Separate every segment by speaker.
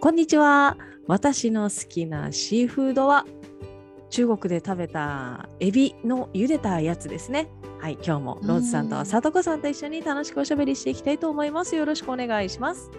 Speaker 1: こんにちは。私の好きなシーフードは中国で食べたエビの茹でたやつですね。はい、今日もローズさんとさとこさんと一緒に楽しくおしゃべりしていきたいと思います。よろしくお願いします。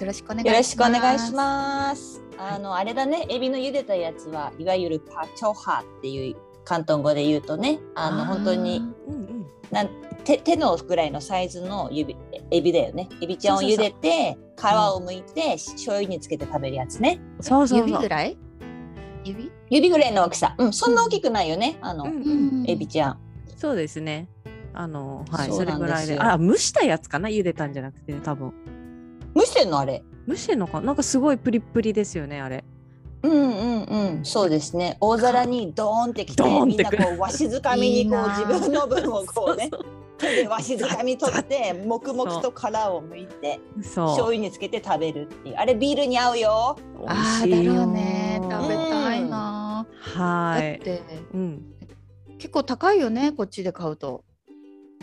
Speaker 2: よろしくお願いします。
Speaker 3: よろしくお願いします。あのあれだね、エビの茹でたやつはいわゆるパチョハっていう広東語で言うとね、あ
Speaker 1: あ
Speaker 3: の
Speaker 1: ー
Speaker 3: 本当に
Speaker 1: うんうん。
Speaker 3: なん手手のぐらいのサイズの指エビだよね。エビちゃんを
Speaker 1: そうそう
Speaker 3: 茹
Speaker 1: そう
Speaker 3: でて皮を剥いて醤油につけて食べるやつね。
Speaker 1: そうそう
Speaker 2: 指
Speaker 1: そう
Speaker 2: ぐ。らい指
Speaker 3: 指ぐらいの大きさ。うん、そんな大きくないよね。あの、
Speaker 1: うん
Speaker 2: うん
Speaker 3: エビちゃん。
Speaker 1: そうですね。あのはい、
Speaker 3: そ
Speaker 1: そうれ
Speaker 3: なん
Speaker 1: ぐ
Speaker 3: ですよ
Speaker 1: らいで。あ、蒸したやつかな。茹でたんじゃなくてね、多分。
Speaker 3: 蒸してんのあれ。
Speaker 1: 蒸してんのかな。なんかすごいプリップリですよね、あれ。
Speaker 3: うんうんうん、そうですね。大皿にドーンってきて、
Speaker 1: ドーン
Speaker 3: み
Speaker 1: っ
Speaker 3: ん
Speaker 1: て
Speaker 3: な
Speaker 1: く
Speaker 3: こ
Speaker 1: る
Speaker 3: うわしづかみにこ
Speaker 2: いういな
Speaker 3: 自
Speaker 2: あ
Speaker 3: 分の分をこう ね。
Speaker 1: そう
Speaker 3: 手でわしづかみ取って黙々と殻を剥いて
Speaker 1: そう。
Speaker 3: 醤
Speaker 1: そう
Speaker 3: 油につけて食べるっていうあれビールに合うよ
Speaker 2: ああ
Speaker 1: 美
Speaker 2: だ
Speaker 1: 味しいよ
Speaker 2: ろうね。食べたいな。
Speaker 1: は
Speaker 2: だっ
Speaker 1: い。
Speaker 2: て
Speaker 1: うん。
Speaker 2: 結構高いよねこっちで買うと。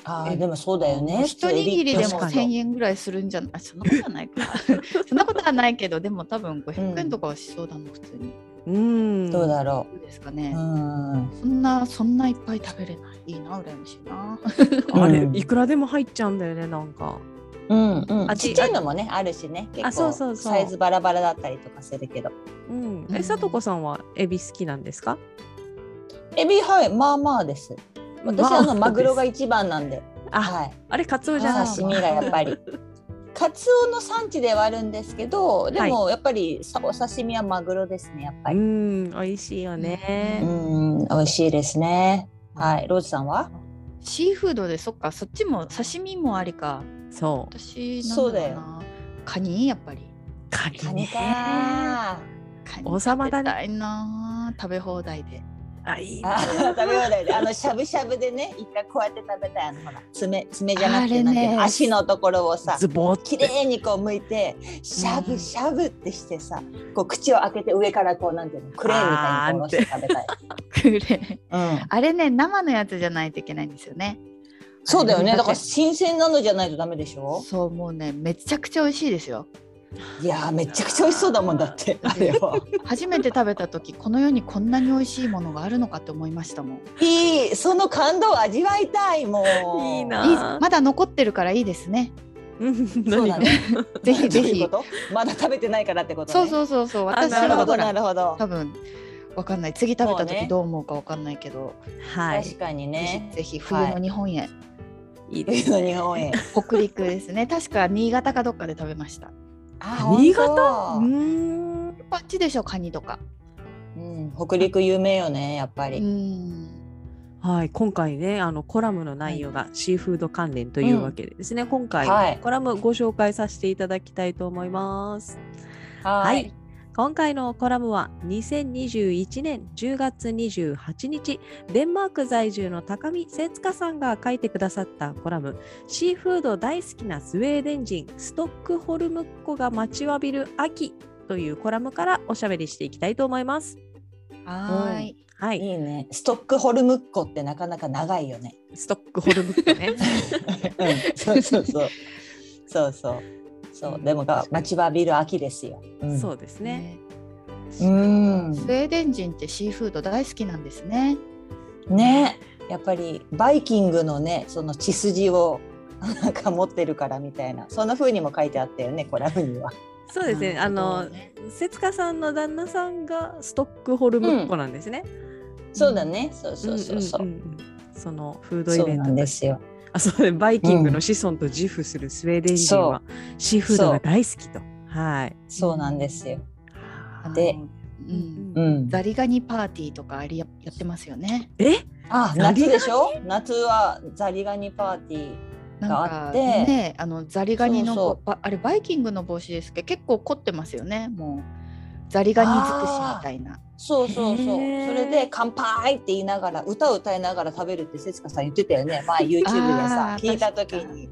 Speaker 3: あ
Speaker 1: ー
Speaker 3: でもそうだよね
Speaker 2: 一握りでも
Speaker 1: 確か
Speaker 2: 1000円ぐらいするんじゃないあそんなことはないか そんなことはないけどでも多分500円とかはしそうだな普通に
Speaker 1: うん。
Speaker 3: どうだろ
Speaker 2: どうですか
Speaker 3: う、
Speaker 2: ね、
Speaker 3: うん、
Speaker 2: そんなそんないっぱい食べれないいいな羨ましいな
Speaker 1: あれ、
Speaker 3: うん
Speaker 1: いくらでも入っちゃうんだよね、なんか。
Speaker 3: うんうん
Speaker 1: あ
Speaker 3: ちっちゃいのもねあるしね結構
Speaker 1: あそうそうそう
Speaker 3: サイズバラバラだったりとかするけど
Speaker 1: うん。
Speaker 2: う
Speaker 1: え、
Speaker 2: ん
Speaker 1: さとこさんはエビ好きなんですか。
Speaker 3: エビはいまあまあです私あのマグロが
Speaker 1: い
Speaker 3: 一番なんで、
Speaker 1: あ、
Speaker 3: はい、
Speaker 1: あれカツオじゃない。
Speaker 3: 刺身がやっぱり。カツオの産地ではあるんですけどでもやっぱりさお刺身はマグロですねやっぱ
Speaker 1: う
Speaker 3: り
Speaker 1: ん、美味しいよね
Speaker 3: う。ん美味しいですねはいローズさんは
Speaker 2: シーフードでそっかそっちも刺身もありか
Speaker 1: そう。
Speaker 2: 私なん
Speaker 3: そうだよ
Speaker 2: ろなカニやっぱり
Speaker 1: カニ
Speaker 3: カニ
Speaker 1: ね。
Speaker 3: か
Speaker 2: カニ
Speaker 1: 王様
Speaker 2: 食べ
Speaker 1: だね
Speaker 2: たいな食べ放題で
Speaker 1: あ、いい
Speaker 3: あ
Speaker 1: な。
Speaker 3: ー食べ放題であのしゃぶしゃぶでね一回こうやって食べたいあのほら爪爪じゃなく
Speaker 2: あ
Speaker 3: て
Speaker 2: れね
Speaker 3: なんていうの足のところをさ
Speaker 1: ズボっ
Speaker 3: 綺
Speaker 1: て。
Speaker 3: 麗にこう剥いてしゃぶしゃぶってしてさこう口を開けて上からこうなんていうのクレーンみたいにこうして食べたい、
Speaker 2: くれ
Speaker 3: うん、
Speaker 2: あれね生のやつじゃないといけないんですよね
Speaker 3: そうだよ
Speaker 2: あ
Speaker 3: ね
Speaker 2: れ
Speaker 3: だから新鮮なのじゃないとダメでしょ
Speaker 2: そうもうねめちゃくちゃ美味しいです よ
Speaker 3: いやーめちゃくちゃ美味しそうだもんだってあれは
Speaker 2: 初めて食べた時この世にこんなに美味しいものがあるのかって思いましたもん
Speaker 3: いいその感動を味わいたいもう
Speaker 1: い
Speaker 2: い
Speaker 1: い
Speaker 2: い
Speaker 1: な。
Speaker 2: まだ残ってるからいいですね
Speaker 1: うん
Speaker 3: そう
Speaker 1: 何
Speaker 3: な
Speaker 1: が
Speaker 3: の。
Speaker 2: ぜひぜ
Speaker 3: どうい
Speaker 2: ひ
Speaker 3: うことまだ食べてないからってこと、ね、
Speaker 2: そうそうそうそう
Speaker 1: あ
Speaker 2: 私
Speaker 3: なる
Speaker 2: は
Speaker 3: ほ
Speaker 2: ほ
Speaker 3: ど
Speaker 2: ら
Speaker 3: なるほど
Speaker 2: 多分わかんない次食べた
Speaker 3: そうね
Speaker 2: 時どう思うかわかんないけど、
Speaker 1: はい
Speaker 3: 確。かにね
Speaker 2: ぜひぜひ冬の日本へ、
Speaker 1: いいです
Speaker 3: 冬の
Speaker 1: ね。
Speaker 3: 日本へ
Speaker 2: 北陸ですね確か新潟かどっかで食べました
Speaker 3: あ
Speaker 1: 新う
Speaker 3: 潟
Speaker 1: ん。
Speaker 2: こっちでしょカニとか
Speaker 3: うん、北陸有名よねやっぱ
Speaker 2: う
Speaker 3: り、
Speaker 2: ん
Speaker 1: はい、今回ねあのコラムの内容がシーフード関連というわけでですね、今回、
Speaker 3: はい
Speaker 1: コラムご紹介させていただきたいと思います。
Speaker 3: は
Speaker 1: はい今回のコラムは2021年10月28日デンマーク在住の高見節香さんが書いてくださったコラム「シーフード大好きなスウェーデン人ストックホルムっ子が待ちわびる秋」というコラムからおしゃべりしていきたいと思います。
Speaker 2: はーい
Speaker 1: はい、
Speaker 3: いいねストックホルムっ子ってなかなか長いよね
Speaker 1: ストックホルムっ子ね。
Speaker 3: うんそうそうそうそうそうそうでもが待ちわびる秋ですよ、う ん、
Speaker 1: そうですね。
Speaker 3: うん
Speaker 2: スウェーデン人ってシーフード大好きなんですね
Speaker 3: ねやっぱりバイキングのねその血筋を なんか持ってるからみたいなそんな風にも書いてあったよねコラムには。
Speaker 1: そうですね。
Speaker 2: な
Speaker 1: あ
Speaker 2: るほど
Speaker 1: の
Speaker 2: ね
Speaker 1: せつかさんの旦那さんがストックホルムっ子なんですね。
Speaker 3: そうだねそうそうそうそう。
Speaker 1: んんんそのフードイ
Speaker 3: そう
Speaker 1: ベン
Speaker 3: な
Speaker 1: ト
Speaker 3: ん
Speaker 1: と
Speaker 3: で
Speaker 1: して
Speaker 3: すよ。
Speaker 1: あ、そうねバイキングの子孫と自負するスウェーデン人は、シーフードが大好きと。はい。
Speaker 3: そうなんですよ。
Speaker 2: で
Speaker 1: あの
Speaker 2: う
Speaker 1: うんん
Speaker 3: うん。
Speaker 2: ザリガニパーティーとかありややってますよね
Speaker 1: え、
Speaker 3: あ
Speaker 1: ザリガニ
Speaker 3: 夏でしょ。夏はザリガニパーティー。
Speaker 4: なん
Speaker 3: があ
Speaker 4: か
Speaker 3: って
Speaker 4: ねあのザリガニの
Speaker 3: そう
Speaker 4: ぼばあれバイキングの帽子ですけど結構凝ってますよねもうザリガニ尽くしみたいな
Speaker 3: そうそうそう。そ
Speaker 1: へー
Speaker 3: れで乾杯って言いながら歌を歌いながら食べるってせつかさん言ってたよ ね。前 YouTube でさ
Speaker 4: あー
Speaker 3: 聞いた時
Speaker 4: 確
Speaker 3: に。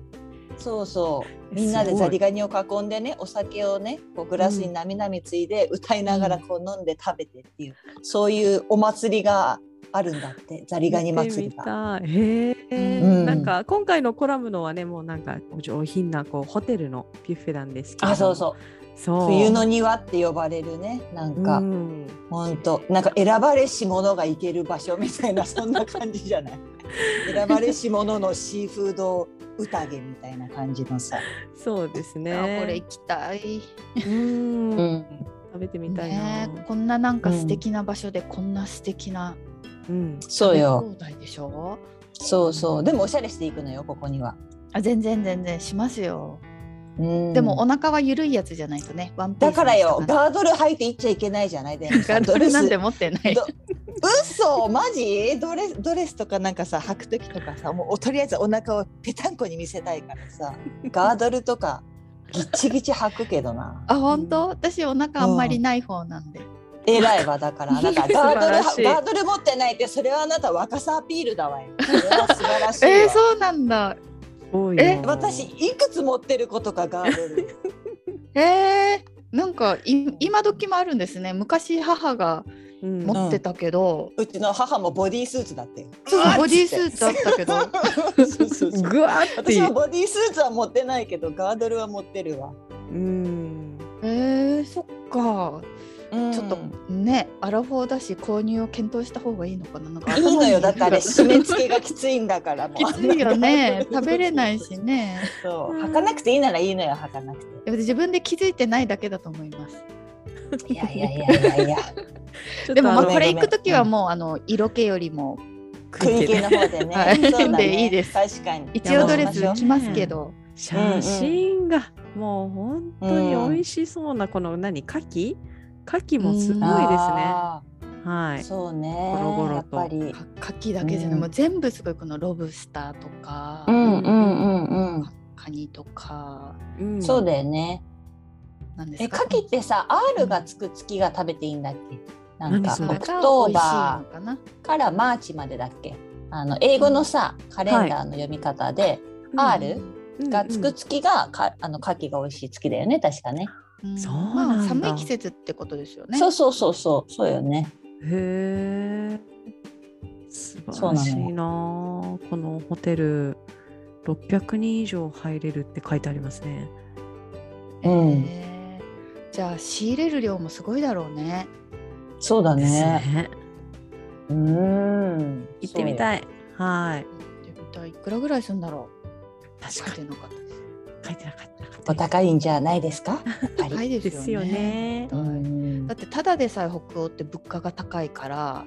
Speaker 3: そうそう。みんなです
Speaker 4: ごい
Speaker 3: ザリガニを囲んでね、お酒をね、こうグラスになみなみついで歌いながらこう飲んで食べてっていう、そういうお祭りがあるんだって、ザリガニ祭りが。
Speaker 1: 見てみたいへえ、
Speaker 3: うん
Speaker 1: なんか今回のコラムのはねもうなんかお上品なこうホテルのビュッフェなんですけど
Speaker 3: あ、そうそうう。
Speaker 1: そう
Speaker 3: 冬の庭って呼ばれるね、なんか、
Speaker 1: うん
Speaker 3: ほんと、なんか選ばれし者が行ける場所みたい な、そんな感じじゃない。選ばれし者のシーフード宴みたいな感じのさ。
Speaker 1: そうですね
Speaker 4: あこれ行きたい
Speaker 1: うん
Speaker 3: うん、
Speaker 1: 食べてみたいな、
Speaker 4: ねこんななんか
Speaker 3: うん
Speaker 4: 素敵な場所でこんな素敵な
Speaker 1: うん
Speaker 3: そうよ。
Speaker 4: 食べ放題でしょ
Speaker 3: そうそう。でもおしゃれしていくのよ、ここには。
Speaker 4: あ全然全然しますよ
Speaker 3: うん
Speaker 4: でもお腹は緩いやつじゃないとねワンピ
Speaker 3: だ
Speaker 4: ース
Speaker 3: からよ、
Speaker 4: ガ
Speaker 3: ガードル履いていっちゃいけないじゃないでもさ
Speaker 4: ードルなんて
Speaker 3: ド
Speaker 4: 持ってない
Speaker 3: ど嘘マジドレスドレスとかなんかさ履く時とかさもうとりあえずお腹をぺたんこに見せたいからさガードルとかギッチギチ履くけどな
Speaker 4: あ本当私お腹あんまりない方なんで
Speaker 3: 偉いわだ からあなたガードル
Speaker 1: 素晴らしい
Speaker 3: ガードル持ってないってそれはあなた若さアピール だわよそれは素晴らしいわ
Speaker 4: えー、そうなんだ
Speaker 1: 多いよ
Speaker 4: え
Speaker 3: 私いくつ持ってることかガード ル
Speaker 4: えー、なんかい今時もあるんですね昔母が
Speaker 1: うん
Speaker 4: 持ってたけど、
Speaker 3: うちの母もボディースーツだってよ
Speaker 4: ボディースーツあっ たけど
Speaker 3: そうそうそう
Speaker 1: ぐわーって
Speaker 3: 私はボディースーツは持ってないけどガードルは持ってるわ、
Speaker 1: うん
Speaker 4: えー、そっかちょっとねアラフォーだし購入を検討した方がいいのかななんか
Speaker 3: いいのよだっ
Speaker 4: 頭に
Speaker 3: てあれ締め付けがきついんだからもう
Speaker 4: きつい よね
Speaker 3: ガードル
Speaker 4: 食べれないしね
Speaker 3: そう履かなくていいならいいのよ履かなく
Speaker 4: でも自分で気づいてないだけだと思います
Speaker 3: ていやいやいやいやいや
Speaker 4: でもまあ
Speaker 3: あの
Speaker 4: これ行く時はもうあの色気よりも
Speaker 3: 食い気の方でね、
Speaker 4: はい
Speaker 3: そうだ
Speaker 4: で
Speaker 3: ね
Speaker 4: いいです
Speaker 3: 確かに
Speaker 4: 一応ドレ
Speaker 3: そ
Speaker 4: ス
Speaker 3: うしましょう
Speaker 4: 着ますけど、
Speaker 1: 写真がもう本当に美味しそうなこの何牡蠣牡蠣もすごいですね。
Speaker 3: あ
Speaker 1: は
Speaker 3: ー
Speaker 1: い。
Speaker 3: そうね
Speaker 1: ゴロゴロと
Speaker 3: やっぱり
Speaker 4: か牡蠣だけじゃな
Speaker 3: う
Speaker 4: い、
Speaker 3: ん
Speaker 4: もう全部すごいこのロブスターとか、
Speaker 3: うんうんうんうん
Speaker 4: カニとか
Speaker 1: うん
Speaker 3: そうだよね
Speaker 4: なんです
Speaker 3: え
Speaker 4: か
Speaker 3: 牡蠣ってさ R がつく月が食べていいんだっけなん
Speaker 1: 何
Speaker 3: かオ
Speaker 1: それ
Speaker 3: クトーバー
Speaker 4: が美味しいのかな
Speaker 3: からマーチまでだっけあの英語のさ、カレンダーの読み方で、
Speaker 1: うん
Speaker 3: R がつく月がかあの牡蠣が美味しい月だよね確かね
Speaker 4: うん
Speaker 1: そうなんだ
Speaker 4: まあ、寒い季節ってことですよね
Speaker 3: そうそうそうそうそうよね
Speaker 1: へえ。素晴らしいなあこのホテル600人以上入れるって書いてありますね。
Speaker 3: うん
Speaker 4: へーじゃあ仕入れる量もすごいだろうね
Speaker 3: そうだ
Speaker 1: です
Speaker 3: ね
Speaker 1: ね。
Speaker 3: うーん
Speaker 1: 行ってみ
Speaker 3: い
Speaker 1: たい。はい。
Speaker 4: 一体いくらぐらいするんだろう
Speaker 1: 確
Speaker 4: 書い
Speaker 1: か
Speaker 4: て
Speaker 1: に
Speaker 4: なかったです
Speaker 1: 書いてなかったなかった。
Speaker 3: お高いんじゃないですかやっぱ
Speaker 4: 高
Speaker 3: り
Speaker 4: いですよね
Speaker 1: ですよね
Speaker 4: 高
Speaker 3: う
Speaker 4: い
Speaker 3: ん
Speaker 4: だってただでさえ北欧って物価が高いから、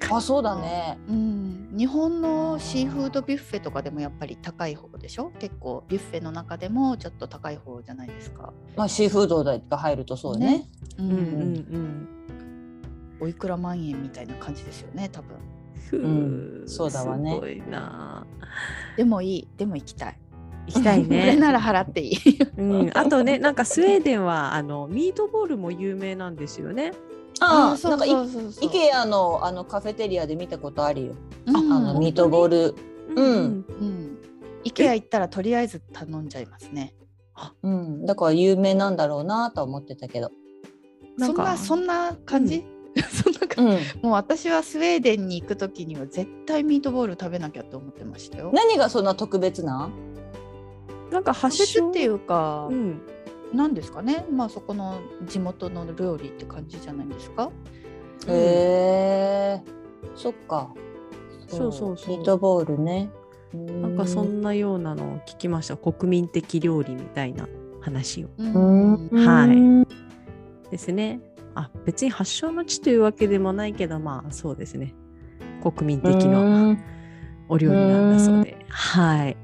Speaker 1: 確か
Speaker 3: あそうだね
Speaker 4: うん、日本のシーフードビュッフェとかでもやっぱり高い方でしょ結構ビュッフェの中でもちょっと高い方じゃないですか、
Speaker 3: まあシーフード代が入るとそうね
Speaker 4: ねう
Speaker 1: に。うんうん
Speaker 4: ん
Speaker 1: うん。
Speaker 4: おいくら万円みたいな感じですよね多分
Speaker 1: ふう
Speaker 3: そうだわね
Speaker 1: すごいなあ。
Speaker 4: でもいいでも行きたい
Speaker 1: 行きたい
Speaker 4: こ れ
Speaker 1: ね。
Speaker 4: なら払ってい い
Speaker 1: うん、あとね、なんかスウェーデンはあのミートボールも有名なんですよね。
Speaker 3: ああ
Speaker 4: ー
Speaker 3: なんかい
Speaker 4: そうそう
Speaker 3: IKEA のあのカフェテリアで見たことあるよ
Speaker 4: うん
Speaker 3: あのミートボールうん
Speaker 4: うん、IKEA 行ったらとりあえず頼んじゃいますね。
Speaker 3: うん、だから有名なんだろうなとは思ってたけど。
Speaker 1: なんか
Speaker 4: そんなそんな感じ、そん な感じ
Speaker 3: ん、
Speaker 4: もう私はスウェーデンに行く時には絶対ミートボール食べなきゃと思ってましたよ。
Speaker 3: 何がそんな特別なん。
Speaker 1: なんか発
Speaker 4: 発
Speaker 1: 祥
Speaker 4: 祥っていうか
Speaker 1: う、ん、
Speaker 4: なんですかね。まあそこの地元の料理って感じじゃないですか。
Speaker 3: へえ。そっか。
Speaker 1: そうそうそう
Speaker 3: ミートボールね。
Speaker 1: な
Speaker 3: なん
Speaker 1: かそんなようなのを聞きました。国民的料理みたいな話を
Speaker 4: う
Speaker 3: うん。
Speaker 1: はい
Speaker 3: うん
Speaker 1: ですね。あ、別に発祥の地というわけでもないけど、まあそうですね。国民的なお料理なんだそうで、はい。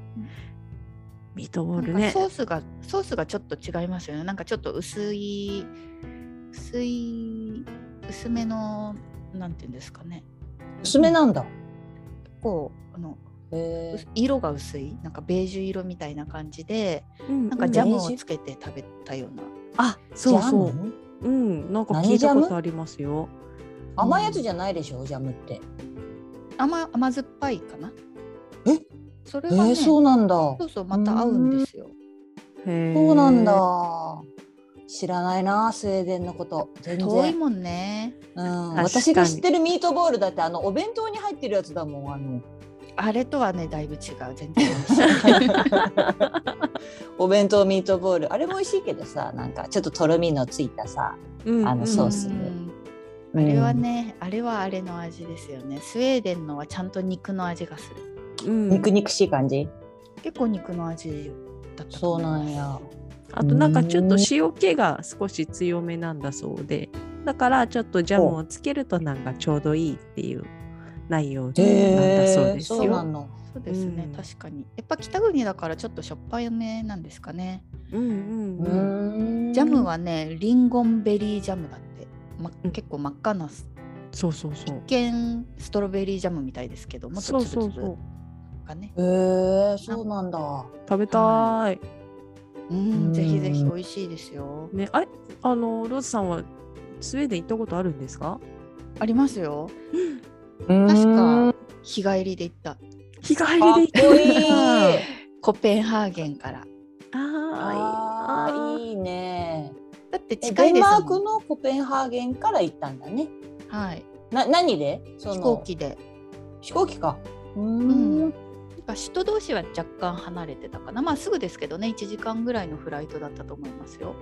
Speaker 1: ミートボール
Speaker 4: なんか
Speaker 1: ね。
Speaker 4: ソースがソースがちょっと違いますよね。なんかちょっと薄い薄い薄めのなんていうんですかね。
Speaker 3: 薄めなんだ。
Speaker 4: こうあの
Speaker 5: えー
Speaker 4: 色が薄いなんかベージュ色みたいな感じでなんか
Speaker 1: うん
Speaker 4: ジャム
Speaker 3: ベージ
Speaker 4: を
Speaker 3: ュ
Speaker 4: つけて食べたような
Speaker 1: あそう
Speaker 3: ジャ
Speaker 1: そう
Speaker 3: ム
Speaker 1: うんなんか
Speaker 3: 何
Speaker 1: 聞い
Speaker 3: ジ
Speaker 1: た
Speaker 3: ャム
Speaker 1: ことありますよ
Speaker 3: 甘いやつじゃないでしょジャムって。
Speaker 4: 甘甘酸っぱいかな
Speaker 3: え
Speaker 4: そ
Speaker 3: え
Speaker 4: れがね、
Speaker 3: ー
Speaker 4: そ
Speaker 3: そううなんだ。そ
Speaker 4: そうまた合うんですよ
Speaker 1: そう
Speaker 3: なんだ。知らないなスウェーデンのこと全
Speaker 4: 遠い
Speaker 3: 然、
Speaker 4: もんね
Speaker 3: うん、
Speaker 1: 確かに
Speaker 3: 私が知ってるミートボールだってあのお弁当に入ってるやつだもんあの
Speaker 4: あれとはねだいぶ違う全然
Speaker 3: お弁当ミートボールあれも美味しいけどさなんかちょっととろみのついたさ
Speaker 1: うん
Speaker 3: あのソースね
Speaker 4: うんあれは、ね、あれはあれの味ですよねスウェーデンのはちゃんと肉の味がする
Speaker 1: うん
Speaker 3: うん肉肉しい感じ
Speaker 4: 結構肉の味だったと
Speaker 3: そう
Speaker 4: 思い
Speaker 3: な
Speaker 4: ます
Speaker 3: んや
Speaker 1: あとなんかちょっと塩気が少し強めなんだそうでだからちょっとジャムをつけるとなんかちょうどいいっていう内容なんだそう
Speaker 3: へえ
Speaker 1: です
Speaker 3: そうな
Speaker 1: よ。
Speaker 3: の
Speaker 4: そうですね、
Speaker 1: うん
Speaker 4: 確かにやっぱ北国だからちょっとしょっぱいめなんですかね
Speaker 1: うんうん
Speaker 3: う
Speaker 1: うん
Speaker 3: ん
Speaker 4: ジャムはねリンゴンベリージャムだって、ま
Speaker 1: うん、
Speaker 4: 結構真っ赤な
Speaker 1: そうそうそう。
Speaker 4: 一見ストロベリージャムみたいですけどもっ
Speaker 1: そ
Speaker 4: と
Speaker 1: う
Speaker 4: つ
Speaker 1: そ
Speaker 4: ぶ
Speaker 1: う
Speaker 4: つ
Speaker 1: そ
Speaker 4: ぶ
Speaker 1: う。
Speaker 4: がね
Speaker 3: へえそうなんだ
Speaker 1: 食べたい。
Speaker 4: うん
Speaker 3: うん
Speaker 4: ぜひぜひ美味しいですよ
Speaker 1: ね、あれあのローズさんはスウェーデン行ったことあるんですか？
Speaker 4: ありますよ確
Speaker 3: 確
Speaker 4: か日帰りで行った
Speaker 1: 日帰り
Speaker 3: かっ
Speaker 1: で行
Speaker 3: こ
Speaker 1: っ
Speaker 3: いい
Speaker 1: た。
Speaker 4: コペンハーゲンから
Speaker 1: あ
Speaker 3: あ
Speaker 1: あ
Speaker 3: ーいいね
Speaker 4: だって
Speaker 3: え
Speaker 4: 近い
Speaker 3: デン
Speaker 4: です
Speaker 3: マ
Speaker 4: も
Speaker 3: ーク
Speaker 4: ん
Speaker 3: のコペンハーゲンから行ったんだね
Speaker 4: はい
Speaker 3: な何でその
Speaker 4: 飛行機で
Speaker 3: 飛行機かうー
Speaker 4: うん
Speaker 3: ん
Speaker 4: なんか首都同士は若干離れてたかなまあすぐですけどね1時間ぐらいのフライトだったと思いますよ、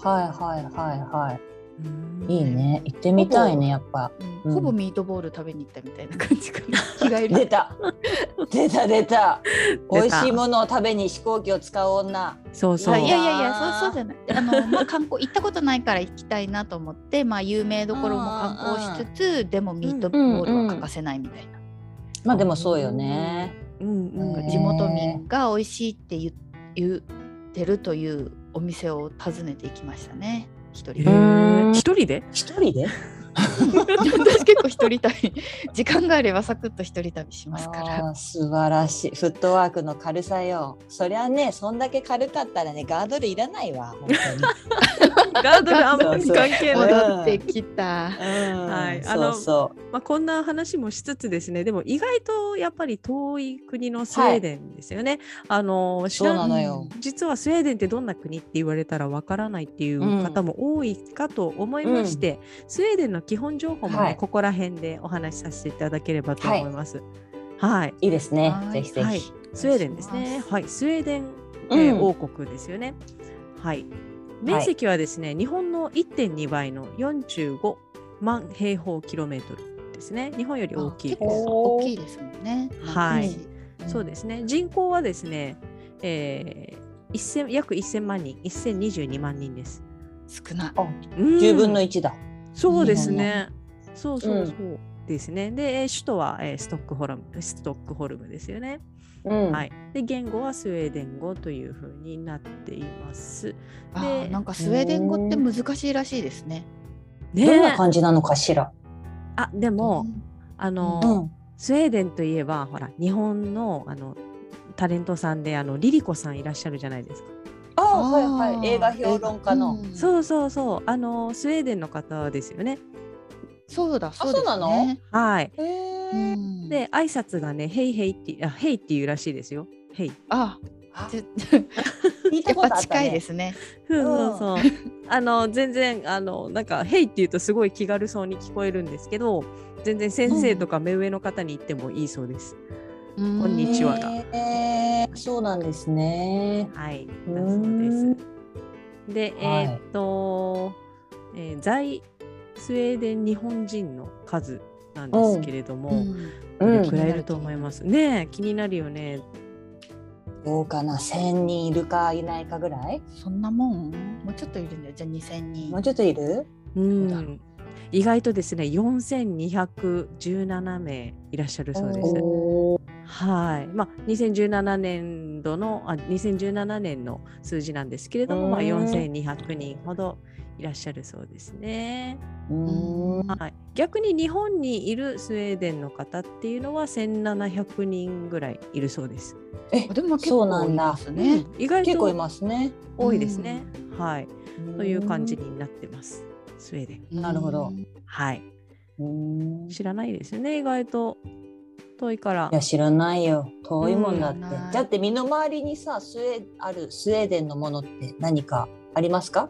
Speaker 3: はいはいはいは
Speaker 1: ーうん
Speaker 3: いいいね行ってみたいねやっぱ
Speaker 4: うん
Speaker 3: うん
Speaker 4: ほぼミートボール食べに行ったみたいな感じかな日帰り
Speaker 3: 出た出た出た美
Speaker 1: 出
Speaker 3: 味
Speaker 1: た
Speaker 3: しいものを食べに飛行機を使う女
Speaker 1: そう
Speaker 4: い
Speaker 1: そ
Speaker 4: や
Speaker 1: う。
Speaker 4: いやいやいやそうそうじゃないあの、まあ、観光行ったことないから行きたいなと思って、まあ、有名どころも観光しつつ、でもミートボールは欠かせないみたいな、
Speaker 3: まあでもそうよね
Speaker 1: うんうん。
Speaker 3: うん
Speaker 4: 地元民が美味しいって言う言ってるというお店を訪ねていきましたね一人
Speaker 1: え
Speaker 4: で、
Speaker 1: ー一人で？
Speaker 3: 一人で
Speaker 4: 私結構一人旅時間があればサクッと一人旅しますから
Speaker 3: あー素晴らしいフットワークの軽さよそりゃねそんだけ軽かったらねガードルいらないわ本
Speaker 1: ガードがあんまり関係ない。
Speaker 4: 戻ってきた。
Speaker 3: 当に、うん
Speaker 1: はいあ
Speaker 3: そ
Speaker 1: の
Speaker 3: うそ
Speaker 1: まあ、こんな話もしつつですねでも意外とやっぱり遠い国のスウェーデンですよね。あの
Speaker 3: う
Speaker 1: 知
Speaker 3: そう
Speaker 1: ら
Speaker 3: なんのよ
Speaker 1: 実はスウェーデンってどんな国って言われたらわからないっていう方も多いかと思いまして、スウェーデンの基本情報も、ね
Speaker 3: はい
Speaker 1: ここら辺でお話しさせていただければと思います。はい、
Speaker 3: いいですね
Speaker 4: はい
Speaker 3: ぜひぜ
Speaker 1: はい
Speaker 3: ひ、
Speaker 1: スウェーデンですね。はい、スウェーデン、えー
Speaker 3: うん
Speaker 1: 王国ですよね。はい。面積はですね、日本の1.2倍の45万平方キロメートルですね。日本より大きい
Speaker 4: 結
Speaker 1: で
Speaker 3: お
Speaker 1: す
Speaker 3: ー。
Speaker 4: 構大きいですもんね。
Speaker 1: はい
Speaker 4: うん
Speaker 1: そうですね。人口はですね、えー、1000約1000万人、1022万人です。
Speaker 4: 少ない。
Speaker 1: うん
Speaker 3: 10分の1だ
Speaker 1: そうですね。そうそうそう。ですね。で、えー首都は、えーストックホルム、ストックホルムですよね。
Speaker 3: うん
Speaker 1: はい。で、言語はスウェーデン語というふうになっています。
Speaker 4: あー
Speaker 1: で
Speaker 4: なんかスウェーデン語って難しいらしいですね。
Speaker 1: ね
Speaker 3: どんな感じなのかしら。
Speaker 1: あでも、あの、
Speaker 3: うん。
Speaker 1: スウェーデンといえばほら日本のあのタレントさんであのリリコさんいらっしゃるじゃないですか。
Speaker 3: あ
Speaker 4: あ
Speaker 3: あ、
Speaker 4: ー
Speaker 3: はいはい。映画評論家の。
Speaker 4: うんそう
Speaker 1: そうそうそうあのスウェーデンの方ですよね。
Speaker 4: だそうですね。
Speaker 3: そうなの
Speaker 1: はい。
Speaker 3: へえ。
Speaker 4: うん
Speaker 1: で挨拶がね「ヘイヘイ」ってあ「ヘイ」っていうらしいですよ。ヘイ。
Speaker 4: あ
Speaker 3: あ
Speaker 4: ぜ
Speaker 3: 聞い
Speaker 4: や
Speaker 3: た
Speaker 4: っ
Speaker 3: ことあった、
Speaker 4: ぱ
Speaker 3: ね、
Speaker 4: 近いですね。
Speaker 1: そうそうそう。あの全然あのなんか「ヘイ」っていうとすごい気軽そうに聞こえるんですけど全然先生とか目上の方に言ってもいいそうです。
Speaker 4: こ
Speaker 1: こんにちはが
Speaker 3: へーそうなんですね。
Speaker 1: はい。だ
Speaker 3: う
Speaker 1: そうです
Speaker 3: ん。
Speaker 1: で、
Speaker 3: はい
Speaker 1: えーっと、えー在スウェーデン日本人の数なんですけれども、どれくらいいると思います、ねえ気になるよね
Speaker 3: どうかな、千人いるかいないかぐらい。
Speaker 4: そんなもんもうちょっといるんだよ。じゃあ2000人
Speaker 3: もう。ちょっといる。
Speaker 1: うん
Speaker 4: そうだろ
Speaker 1: 意外とですね4217名いらっしゃるそうです
Speaker 3: おお。
Speaker 1: はいまあ2017年度のあ2017年の数字なんですけれども、まあ、
Speaker 3: うん
Speaker 1: 4200人ほどいらっしゃるそうですね。
Speaker 3: うん
Speaker 4: うん
Speaker 1: はい、逆に日本にいるスウェーデンの方っていうのは1700人ぐらいいるそうです。
Speaker 3: え
Speaker 4: でも結
Speaker 3: そう
Speaker 4: 構
Speaker 3: な
Speaker 4: 多い
Speaker 3: んだ
Speaker 4: ですね。
Speaker 1: 意外
Speaker 3: 結構い
Speaker 1: と
Speaker 3: ますね。
Speaker 1: 多いですね。はい、という感じ
Speaker 3: に。
Speaker 1: になってます。スウェーデン。
Speaker 3: なるほど
Speaker 4: うん
Speaker 1: はい。
Speaker 3: うんい
Speaker 1: 知らないですよね。意外と遠いから。
Speaker 3: や知らないよ遠いもんだって、
Speaker 4: うん知らない
Speaker 3: だって身の回りにさスウェあるスウェーデンのものって何かありますか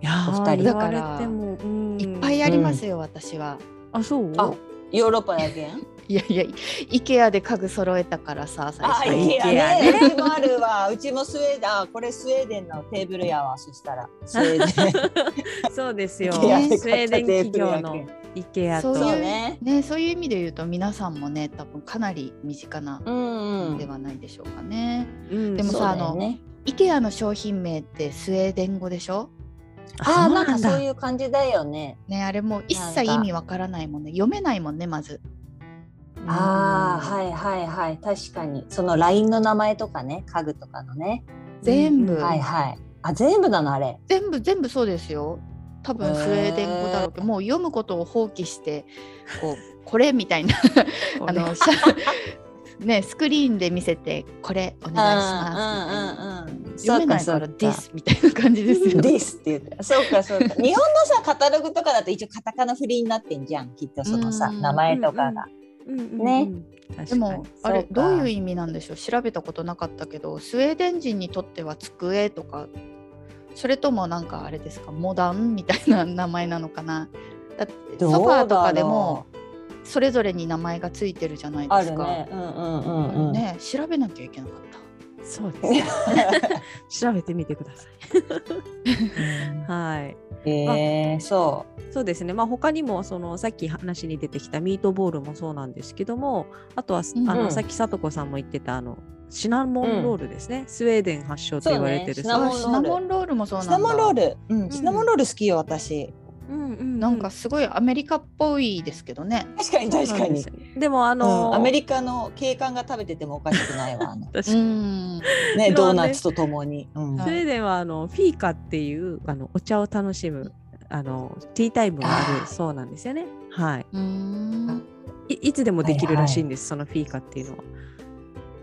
Speaker 1: いやー
Speaker 3: お二人
Speaker 1: 言われても、うん
Speaker 4: いっぱいありますよ、私は。
Speaker 1: あ、そう。
Speaker 3: あヨーロッパやけん
Speaker 4: いやいや、IKEA で家具揃えたからさ、最
Speaker 3: あ
Speaker 4: 初。
Speaker 3: いや
Speaker 1: IKEA
Speaker 3: ねうちもあるわうちもスウェーデンあこれスウェーデンのテーブルやわそしたらスウェーデン
Speaker 1: そうです よ。スウ
Speaker 3: IKEA
Speaker 1: ェ
Speaker 3: で買っ
Speaker 1: ー
Speaker 3: た
Speaker 1: デン企
Speaker 3: テーブル
Speaker 1: 業
Speaker 3: やけん
Speaker 1: の IKEA と。
Speaker 4: そ
Speaker 3: そ
Speaker 4: う
Speaker 3: う
Speaker 4: いう
Speaker 3: ね
Speaker 4: ね、そういう意味で言うと皆さんもね多分かなり身近な
Speaker 3: うんうん
Speaker 4: ではないでしょうかね。
Speaker 1: うん
Speaker 4: でも
Speaker 3: そう
Speaker 4: さ
Speaker 3: だよね
Speaker 4: IKEA の商品名ってスウェーデン語でしょ
Speaker 3: ああなんか
Speaker 1: だ
Speaker 3: そういう感じだよね
Speaker 4: ねあれもう一切意味わからないもんね読めないもんねまず。
Speaker 3: ああ
Speaker 1: い。
Speaker 3: はいはいはい確かにその LINE の名前とかね家具とかのね、
Speaker 4: 全部、
Speaker 1: うん
Speaker 3: はいはいあ全部なのあれ
Speaker 4: 全部全部そうですよ多
Speaker 3: へ
Speaker 4: 分
Speaker 3: ー
Speaker 4: スウェーデン語だろうけどもう読むことを放棄して こうこれみたいなあのしゃねスクリーンで見せてこれお願いしますみたいな。
Speaker 3: うんうんうんうん
Speaker 4: 読めない
Speaker 3: そう
Speaker 4: から
Speaker 3: そう
Speaker 4: ですみたいな感じです よ。
Speaker 3: ですって言ってそうかそうか日本のさカタログとかだと一応カタカナ振りになってんじゃんきっとそのさ
Speaker 4: うん
Speaker 3: 名前とかが、
Speaker 1: うんうんうん
Speaker 3: ね。
Speaker 1: 確
Speaker 4: で
Speaker 1: かに
Speaker 4: も。あれ
Speaker 3: そうか
Speaker 4: どういう意味なんでしょう調べたことなかったけどスウェーデン人にとっては机とかそれともなんかあれですかモダンみたいな名前なのかなだって
Speaker 3: どう
Speaker 4: ソファーとか
Speaker 3: だ
Speaker 4: で
Speaker 3: ろ
Speaker 4: もそれぞれに名前がついてるじゃない
Speaker 3: あ
Speaker 4: です
Speaker 3: る
Speaker 4: か。
Speaker 3: ねうんうんうんうん、
Speaker 4: ね調べなきゃいけなかった。
Speaker 1: そうです。 調べてみてください。はい。
Speaker 3: えー、そ
Speaker 1: そうですね、まあ、他にもそのさっき話に出てきたミートボールもそうなんですけどもあとはす、
Speaker 4: うん
Speaker 1: あ
Speaker 3: うん
Speaker 1: のさっきさとこさんも言ってたあのシナモンロールですね、スウェーデン発祥と言われてる
Speaker 3: シナモン
Speaker 4: あ
Speaker 3: ロール
Speaker 4: シナモンロールもそ
Speaker 3: う
Speaker 4: うな
Speaker 3: シ
Speaker 4: んだ。
Speaker 3: ナモンロール、うん、シナモンロール好きよ私
Speaker 1: うんうん、
Speaker 4: なんかすごいアメリカっぽいですけどね。
Speaker 3: 確かに
Speaker 1: そうな
Speaker 3: 確
Speaker 1: ん
Speaker 3: か
Speaker 1: で
Speaker 3: に
Speaker 1: すよねでもあの、
Speaker 3: うんアメリカの警官が食べててもおかしくないわあ の
Speaker 1: 確か
Speaker 4: う
Speaker 1: に
Speaker 4: ん。
Speaker 3: ね
Speaker 1: ね
Speaker 3: ドーナツとともに、うん
Speaker 4: は
Speaker 1: スウェーデンはあのフィーカっていうあのお茶を楽しむあのティータイムがあ
Speaker 3: あー
Speaker 1: るそうなんですよね。はい、
Speaker 4: うん。
Speaker 1: いいつでもできるらしいんです、そのフィーカっていうのは。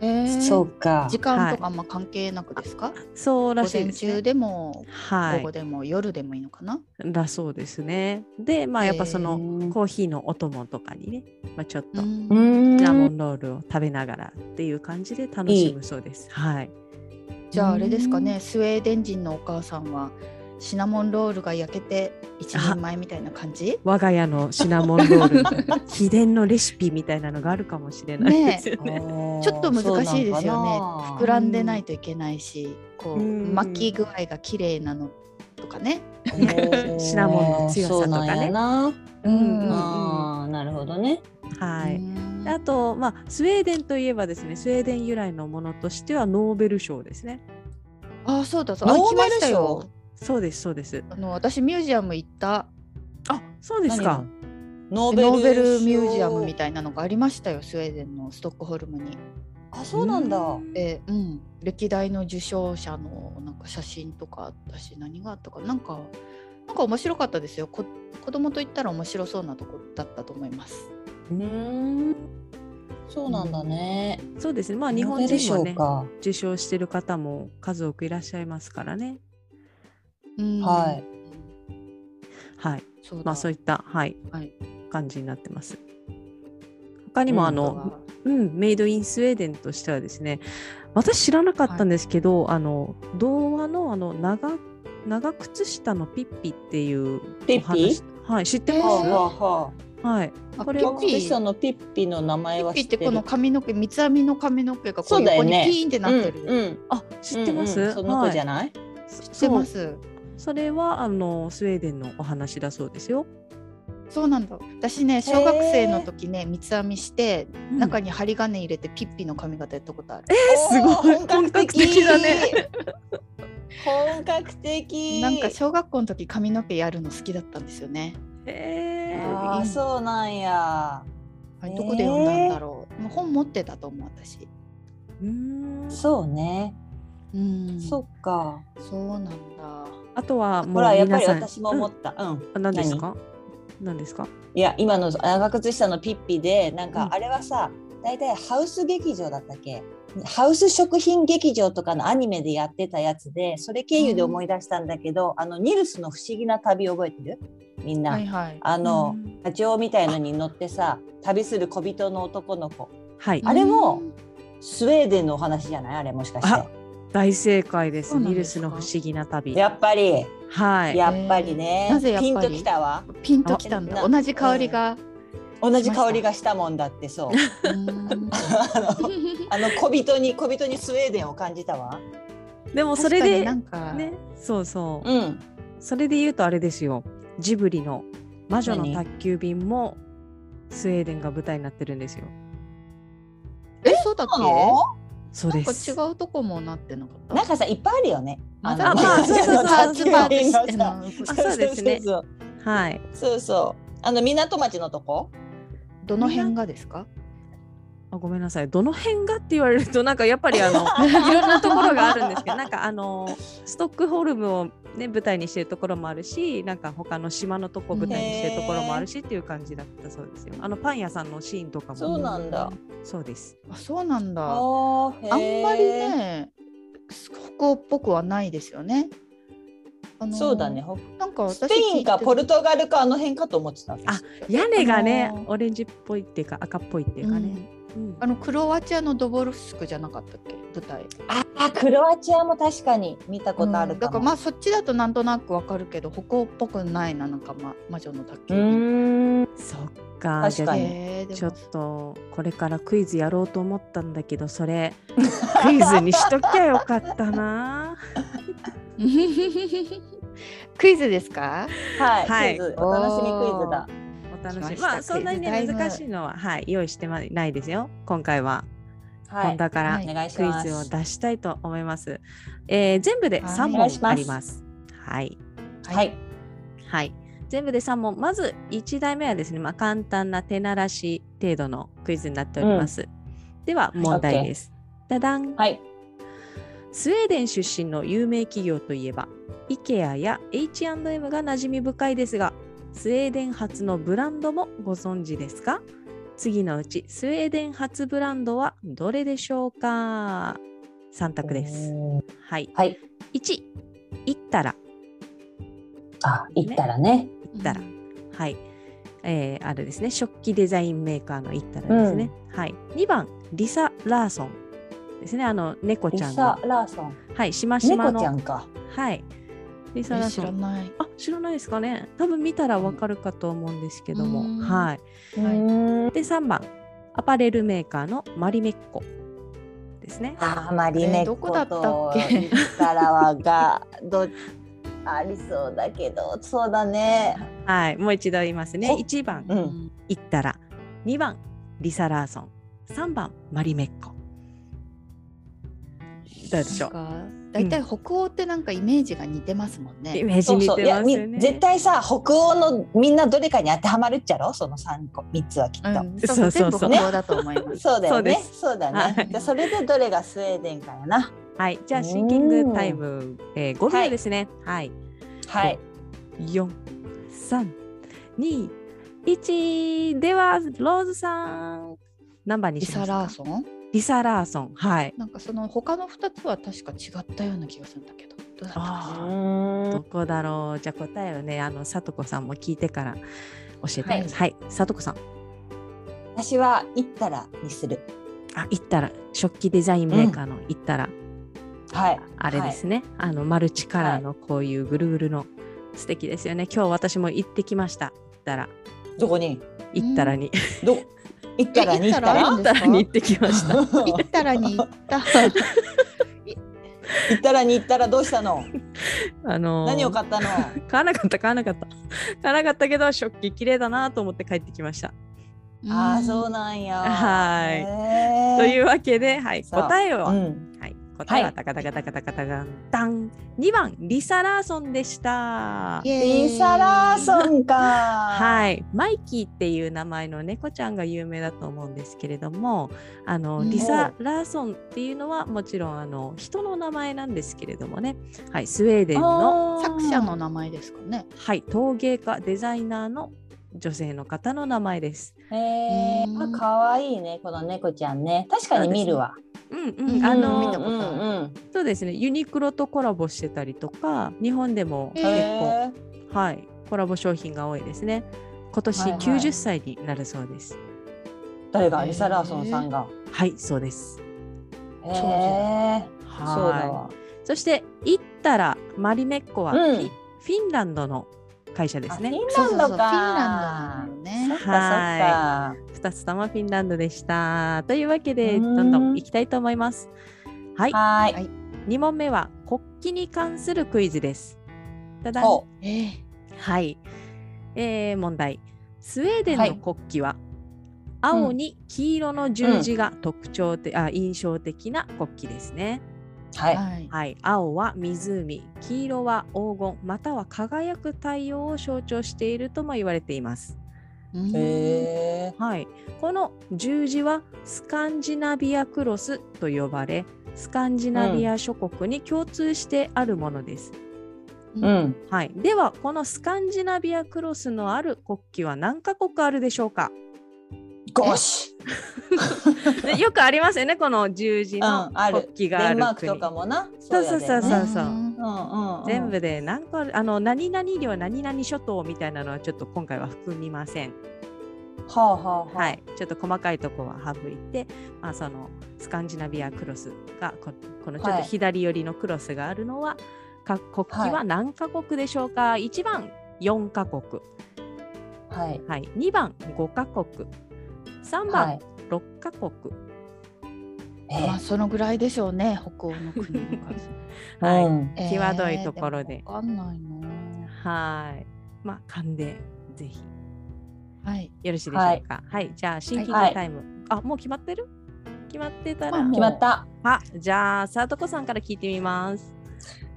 Speaker 4: えー
Speaker 3: そうか
Speaker 4: 時間とかあんま関係なくですか？
Speaker 1: そうら
Speaker 4: 午
Speaker 1: しい
Speaker 4: 前
Speaker 1: です、
Speaker 4: 中
Speaker 1: ね。
Speaker 4: でも、
Speaker 1: は
Speaker 4: 午
Speaker 1: い
Speaker 4: 後、でも夜でもいいのかな。
Speaker 1: だそうですね。でまあやっぱその、
Speaker 3: うん
Speaker 1: コーヒーのお供とかにね、まあ、ちょっと
Speaker 3: う
Speaker 4: うん
Speaker 3: ん
Speaker 1: シナモンロールを食べながらっていう感じで楽しむそうです。はい。
Speaker 4: じゃああれですかね、スウェーデン人のお母さんはシナモンロールが焼けて一人前みたいな感じ？
Speaker 1: 我が家のシナモンロール 秘伝のレシピみたいなのがあるかもしれないですよね。
Speaker 4: ち
Speaker 3: ち
Speaker 4: ょっと難しいですよね。膨らんでないといけないし、こう
Speaker 1: うん
Speaker 4: 巻き具合が綺麗なのとかね。
Speaker 1: シナモンの強さとかね
Speaker 3: そうなんやな。
Speaker 1: うん
Speaker 4: うん
Speaker 3: ああ、なるほどね。
Speaker 1: は
Speaker 4: う
Speaker 1: い。
Speaker 4: ん
Speaker 1: あと、まあ、スウェーデンといえばですねスウェーデン由来のものとしてはノーベル賞ですね。
Speaker 4: あそうだそうだ。あ
Speaker 3: ノ
Speaker 4: 来
Speaker 3: ーベ
Speaker 4: ま
Speaker 3: ル賞
Speaker 4: したよ。
Speaker 1: そうですそうです。
Speaker 4: あの私ミュージアム行った
Speaker 1: あそうですか。
Speaker 3: ノーベル
Speaker 4: ノーベルミュージアムみ
Speaker 3: い
Speaker 4: たいなのがありましたよスウェーデンのストックホルムに。
Speaker 3: な。あ、そうなんだ。
Speaker 4: で、うん、歴代の受賞者のなんか写真とかあったし何があったかなんかなんか面白かったですよこ子供と言ったら面白そうなとこだったと思います。
Speaker 3: うん。そうなんだね。
Speaker 1: そうですね。まあ日
Speaker 3: ノー
Speaker 1: 本
Speaker 3: ベル
Speaker 1: 人も
Speaker 3: 賞
Speaker 1: ね
Speaker 3: か。
Speaker 1: 受賞してる方も数多くいらっしゃいますからね。
Speaker 4: うん
Speaker 3: はい
Speaker 1: はい。
Speaker 4: そうだ
Speaker 1: まあそういったはい
Speaker 4: はい
Speaker 1: 感じになってます。他にも、
Speaker 3: うん
Speaker 1: あ
Speaker 4: あと
Speaker 1: の
Speaker 4: は
Speaker 1: うん、メイドインスウェーデンとしてはですね私知らなかったんですけど、あの童話のあの長長靴下のピッピっていう
Speaker 3: ピッピ
Speaker 1: お話はい知って
Speaker 3: は
Speaker 1: ます、
Speaker 3: あ、はあ、は
Speaker 1: はい
Speaker 4: あ
Speaker 1: こ
Speaker 4: こ
Speaker 1: れ
Speaker 4: れ
Speaker 1: は
Speaker 3: あ。
Speaker 4: ピ
Speaker 3: ピ
Speaker 4: ッ
Speaker 3: ッ
Speaker 4: ピ
Speaker 3: ピさんのピッピの名前
Speaker 4: ピ
Speaker 3: は
Speaker 4: ッピ
Speaker 3: 知
Speaker 4: っ
Speaker 3: って
Speaker 4: て
Speaker 3: る。
Speaker 4: この髪の毛三つ編みの髪の毛がこ
Speaker 3: そう
Speaker 4: う
Speaker 3: だよ
Speaker 4: 横にピ
Speaker 3: ね
Speaker 4: ーンってなってる。
Speaker 3: うんうん。
Speaker 1: あ知ってます、
Speaker 3: うんうんその子じ
Speaker 1: はい、
Speaker 3: ゃない。
Speaker 1: 知
Speaker 4: してます。
Speaker 1: それはあのスウェーデンのお話だそうですよ、
Speaker 4: そうなんだ。私ね小学生の時ね三つ編みして中に針金入れてピッピの髪型やったことある。
Speaker 1: すごい
Speaker 3: おー本格
Speaker 1: 本格的だね。
Speaker 3: 本格的。
Speaker 4: なんか小学校の時髪の毛やるの好きだったんですよね。
Speaker 1: えー
Speaker 3: あーそうなんや。
Speaker 4: は
Speaker 3: え
Speaker 4: い、
Speaker 3: ー
Speaker 4: どこで読んだんだろう。もう本持ってたと思う私。
Speaker 1: うーん
Speaker 3: そうね。
Speaker 4: うん、
Speaker 3: そっか。
Speaker 4: そうなんだ。
Speaker 1: あとはもう
Speaker 3: ほら、やっぱ
Speaker 1: 皆
Speaker 3: り
Speaker 1: さん
Speaker 3: 私も思った。うん。
Speaker 1: うん、何ですか何ですか
Speaker 3: いや、今の長靴下のピッピで、なん
Speaker 1: う
Speaker 3: か
Speaker 1: ん
Speaker 3: あれはさ、大体ハウス劇場だったっけハウス食品劇場とかのアニメでやってたやつで、それ経由で思い出したんだけど、あの、ニルスの不思議な旅覚えてるみんな。
Speaker 4: はいはい。
Speaker 3: あ
Speaker 1: う
Speaker 3: の、
Speaker 1: ん
Speaker 3: 波長みたいのに乗ってさ、旅する小人の男の子。
Speaker 1: はい
Speaker 3: あれもスウェーデンのお話じゃないあれもしかし
Speaker 1: あ大正解です
Speaker 4: そうなん
Speaker 1: ニル
Speaker 4: で
Speaker 1: ス
Speaker 4: すか
Speaker 1: の不思議な旅
Speaker 3: て。やっぱり、
Speaker 1: はい
Speaker 3: やっぱりね。
Speaker 4: えーなぜやっぱ
Speaker 3: ピ
Speaker 4: り
Speaker 3: ンときたわ。
Speaker 4: うんピンときたんだ。
Speaker 3: あ
Speaker 4: 同じ香りが。
Speaker 3: 同じ香りがしたもんだってそう。
Speaker 4: うん
Speaker 3: あのあの小人に小人にスウェーデンを感じたわ。
Speaker 1: でもそれで
Speaker 4: 確かになんか、
Speaker 1: ねそうそう、
Speaker 3: うん。
Speaker 1: それで言うとあれですよジブリの「魔女の宅急便」もスウェーデンが舞台になってるんですよ
Speaker 4: え、そうだっ
Speaker 3: な
Speaker 4: け？
Speaker 3: の？
Speaker 1: そう
Speaker 4: なん
Speaker 1: で
Speaker 4: か
Speaker 1: す
Speaker 4: 違うとこもなってなかった。
Speaker 3: なんかさいっぱいあるよね。
Speaker 4: ま
Speaker 1: あ
Speaker 4: だ
Speaker 1: まあそうそうそう
Speaker 4: パーツパーツしてん
Speaker 3: あ
Speaker 4: の。
Speaker 1: あそうですね
Speaker 3: そう
Speaker 1: はい
Speaker 3: そうそう。あの港町のとこ？
Speaker 4: どの辺がですか？
Speaker 1: あごめんなさいどの辺がって言われるとなんかやっぱりあの いろんなところがあるんですけどなんかあのストックホルムを、ね、舞台にしてるところもあるしなんか他の島のとこを舞台にしてるところもあるしっていう感じだったそうですよあのパン屋さんのシーンとかも
Speaker 3: そうなんだ。
Speaker 1: そうです
Speaker 4: あ、そうなんだ。あ
Speaker 3: あー
Speaker 4: んまり。ね、北欧っぽくはないですよね。あ
Speaker 3: へー
Speaker 4: のー
Speaker 3: そうだね。。
Speaker 4: なんか
Speaker 3: ス
Speaker 4: 私
Speaker 3: ペインかポル
Speaker 4: ト
Speaker 3: トガルかあの辺かと思ってた。
Speaker 1: あ屋根がね、
Speaker 4: あのー
Speaker 1: オレンジっぽいっていうか赤っぽいっていうかね、うん
Speaker 4: あのクロアチアのドボルフスクじゃなかったっけ舞台
Speaker 3: ああクロアチアも確かに見たことある
Speaker 4: うんだ
Speaker 3: か
Speaker 4: から
Speaker 3: も。
Speaker 4: まあそっちだとなんとなくわかるけど北欧っぽくないななんか、ま、魔女の宅急
Speaker 3: う
Speaker 4: 便
Speaker 3: ーん。
Speaker 1: そっかじゃ
Speaker 3: 確か
Speaker 1: あ
Speaker 3: に
Speaker 4: へーでも
Speaker 1: ちょっとこれからクイズやろうと思ったんだけどそれクイズにしときゃよかったな
Speaker 4: クイズですか
Speaker 3: はい。
Speaker 1: はい
Speaker 3: クイズお楽しみクイズだ。
Speaker 1: お楽し
Speaker 4: 来ま
Speaker 1: み
Speaker 4: した
Speaker 1: まあそんなに
Speaker 4: クイ
Speaker 1: ね
Speaker 4: ズタイム
Speaker 1: 難しいのは、はい、用意してまないですよ今回は、
Speaker 3: は
Speaker 1: 本
Speaker 3: い。
Speaker 1: 田から、
Speaker 4: はい
Speaker 3: お願いし
Speaker 1: クイ
Speaker 3: ます。
Speaker 1: ズを出したいと思います。えー全部で
Speaker 4: はい
Speaker 1: 3
Speaker 4: お願
Speaker 3: いし
Speaker 1: 問
Speaker 3: ます
Speaker 1: あります。はい、
Speaker 3: はい。
Speaker 1: はい、全部で3問。まず1題目はですね、まあ、簡単な手慣らし程度のクイズになっております。では問題です。ダダン。
Speaker 3: はい。
Speaker 1: スウェーデン出身の有名企業といえば IKEA や H&M が馴染み深いですがスウェーデン発のブランドもご存知ですか次のうちスウェーデン発ブランドはどれでしょうか3択です。はい、
Speaker 3: はい。
Speaker 1: 1イったら
Speaker 3: あ行ったらね。
Speaker 1: 行ったらはい、えーあれですね食器デザインメーカーのイったらですね、はい、2番リサ・ラーソンですねあの猫
Speaker 3: リ
Speaker 1: ちゃん
Speaker 3: サ
Speaker 1: が
Speaker 3: ラーソン。
Speaker 1: はいしましま
Speaker 3: 猫
Speaker 1: の
Speaker 3: ちゃんか。
Speaker 1: はいリサ・ラー
Speaker 4: え
Speaker 1: ソ
Speaker 4: 知
Speaker 1: ン
Speaker 4: らない
Speaker 1: あ知らないですかね多分見たらわかるかと思うんですけど
Speaker 4: う
Speaker 1: も、
Speaker 4: ん
Speaker 1: はい、
Speaker 4: いう
Speaker 3: ーん
Speaker 1: で3番アパレルメーカーのマリメッコですね
Speaker 3: あーまあリメ
Speaker 4: えー
Speaker 3: ッ
Speaker 4: ど
Speaker 3: コ
Speaker 4: こだった
Speaker 3: と
Speaker 4: っけ
Speaker 3: リサラはがどありそうだけどそうだね。
Speaker 1: はいもう一度言いますね
Speaker 3: お
Speaker 1: 1番
Speaker 3: うん
Speaker 1: 行ったら2番リサ・ラーソン3番マリメッコどうでしょう
Speaker 4: なんか 大体北欧ってなんかイメージが似てますもんね、
Speaker 1: イメージ
Speaker 3: そう
Speaker 1: 似
Speaker 3: そう
Speaker 1: て
Speaker 3: いや
Speaker 1: ます
Speaker 3: み
Speaker 1: よね
Speaker 3: 絶対さ北欧のみんなどれかに当てはまるっちゃろその三個三つはきっと。
Speaker 4: うん、そ
Speaker 1: そ
Speaker 4: うそう
Speaker 1: そ
Speaker 4: う全
Speaker 1: う
Speaker 4: 部
Speaker 1: そう
Speaker 4: 北欧だと思います
Speaker 3: そうだ
Speaker 1: そう
Speaker 3: よ
Speaker 1: で
Speaker 3: ね。
Speaker 1: す
Speaker 3: そうだね。
Speaker 1: はい
Speaker 3: じゃあそれでどれがスウェーデンかやな。
Speaker 1: はいじゃあシンキングタイム、えー、5秒ですねはい、
Speaker 3: はい。
Speaker 1: 四三二一ではローズさん何番に
Speaker 4: リ
Speaker 1: しま
Speaker 4: サ・
Speaker 1: すか
Speaker 4: ラーソン
Speaker 1: リサラーソンはい
Speaker 4: なんかその他の2つは確か違ったような気がするんだけどどうだった
Speaker 3: う
Speaker 1: あ
Speaker 4: か
Speaker 3: ーん
Speaker 1: どこだろうじゃあ答えをねあのさとこさんも聞いてから教えてください
Speaker 3: はい
Speaker 1: はいさとこさん
Speaker 3: 私は行ったらにする。
Speaker 1: あ行ったら食器デザインメーカーの行ったら、
Speaker 3: はい。
Speaker 1: あれですね、あのマルチカラーのこういうぐるぐるの、素敵ですよね今日私も行ってきました行ったら
Speaker 3: どこに
Speaker 1: 行ったらに、
Speaker 3: ど行ったらに
Speaker 4: え
Speaker 3: 行ったら
Speaker 4: 行
Speaker 1: 行
Speaker 4: っ
Speaker 1: ったた
Speaker 4: ら
Speaker 1: らに行ってきました
Speaker 4: な行ったらに行った
Speaker 3: 行ったらに行ったらどうしたの
Speaker 1: あのー
Speaker 3: 何を買ったの
Speaker 1: 買わなかった買わなかった 買わなかったけど食器綺麗だなと思って帰ってきました。
Speaker 3: ああそうなんや。
Speaker 1: はい
Speaker 3: へー
Speaker 1: というわけで、はい、
Speaker 3: さあ
Speaker 1: 答えは、
Speaker 3: うん
Speaker 1: はい、答えはタカタカタカタカタカタン。2番、リサ・ラーソンでした。
Speaker 3: リサラーソンか。。
Speaker 1: はいい、マイキーっていう名前の猫ちゃんが有名だと思うんですけれどもあの
Speaker 4: うん
Speaker 1: リサ・ラーソンっていうのはもちろんあの人の名前なんですけれどもね、はい、スウェーデンの、
Speaker 4: 作者の名前ですかね。
Speaker 1: はい、陶芸家デザイナーの女性の方の名前です。
Speaker 3: へえ
Speaker 4: う。ん
Speaker 3: あ、可愛いね、この猫ちゃんね。確かに見るわ。
Speaker 1: うん
Speaker 4: う
Speaker 1: うんん、あ
Speaker 4: 見
Speaker 1: の
Speaker 4: たことあ
Speaker 3: う
Speaker 4: る
Speaker 3: んうん
Speaker 1: そうですねユニクロとコラボしてたりとか日本でも
Speaker 4: へ
Speaker 1: 結
Speaker 3: うん
Speaker 1: 構、
Speaker 3: へ
Speaker 1: はい、コラボ商品が多いですね。今年
Speaker 3: はいはい
Speaker 1: 90歳になるそうです。はい、
Speaker 3: ー誰がリサラーソンさんが。
Speaker 1: そうです。
Speaker 3: へ
Speaker 4: そ
Speaker 3: え。
Speaker 4: う
Speaker 1: はい
Speaker 3: そうだわ。
Speaker 1: そして行ったらマリメッコはフィ,、
Speaker 3: うん
Speaker 1: フィンランドの会社で
Speaker 3: あ
Speaker 1: す
Speaker 3: フィン
Speaker 1: ね。
Speaker 4: そうそう
Speaker 3: ラ
Speaker 4: そ
Speaker 3: ンド
Speaker 4: うフィン
Speaker 3: か。
Speaker 4: ランドなのね
Speaker 3: そっかそっか。
Speaker 1: 2つともフィンランドでした。というわけで
Speaker 3: うー
Speaker 1: ど
Speaker 3: ん
Speaker 1: んどん行きたいと思います。はい、
Speaker 3: はー
Speaker 4: はい
Speaker 3: い。
Speaker 1: 2問目は国旗に関するクイズです。ただ
Speaker 3: ほ
Speaker 4: えー
Speaker 1: はい、えー問題スウェーデン
Speaker 3: は
Speaker 1: の
Speaker 3: い
Speaker 1: 国旗は、青に黄色の十字が特徴的、あ印象的な国旗ですね。
Speaker 3: う。はい。
Speaker 4: はい。
Speaker 1: はい、青は湖、黄色は黄金、または輝く太陽を象徴しているとも言われています。
Speaker 4: うん
Speaker 3: へえ。
Speaker 1: はい、この十字はスカンジナビアクロスと呼ばれ、スカンジナビア諸国に共通してあるものです。
Speaker 3: うん。
Speaker 1: はい、ではこのスカンジナビアクロスのある国旗は何カ国あるでしょうか、
Speaker 3: ゴシ。
Speaker 1: ね、よくありますよねこの十字の
Speaker 3: うんある
Speaker 1: 国旗が
Speaker 3: デ
Speaker 1: あ
Speaker 3: ンマー
Speaker 1: る
Speaker 3: ク
Speaker 1: 国、
Speaker 3: とかもな。
Speaker 1: そうそうそうそう
Speaker 3: やでね
Speaker 1: そう
Speaker 3: うんうんうん。
Speaker 1: 全部で何個あるあの何々領何々諸島みたいなのはちょっと今回は含みません
Speaker 3: はあはあはあ。
Speaker 1: はい、ちょっと細かいとこは省いて、まあ、そのスカンジナビアクロスがここのちょっ
Speaker 3: は
Speaker 1: と
Speaker 3: い
Speaker 1: 左寄りのクロスがあるのは、か国旗
Speaker 3: は
Speaker 1: は何カ国でしょうか、1番4カ国、
Speaker 3: はい。
Speaker 1: はい、2番5カ国3
Speaker 3: は
Speaker 1: 番
Speaker 3: い。
Speaker 1: 6カ国、
Speaker 3: え
Speaker 4: まあそのぐらいでしょうね。北欧の国の数。
Speaker 1: はい
Speaker 3: うん
Speaker 4: えー
Speaker 1: 際どいところで
Speaker 4: もわかんないな。
Speaker 1: はい。まあ、勘で、ぜひ。
Speaker 4: はい。
Speaker 1: よろしいでしょうか。はい。じゃあ、シンキング
Speaker 3: はい
Speaker 1: タイム。あ、もう決まってる決まってた
Speaker 4: あ
Speaker 1: ら
Speaker 4: も。
Speaker 3: 決まった。
Speaker 1: あ、じゃあ、さとこさんから聞いてみます。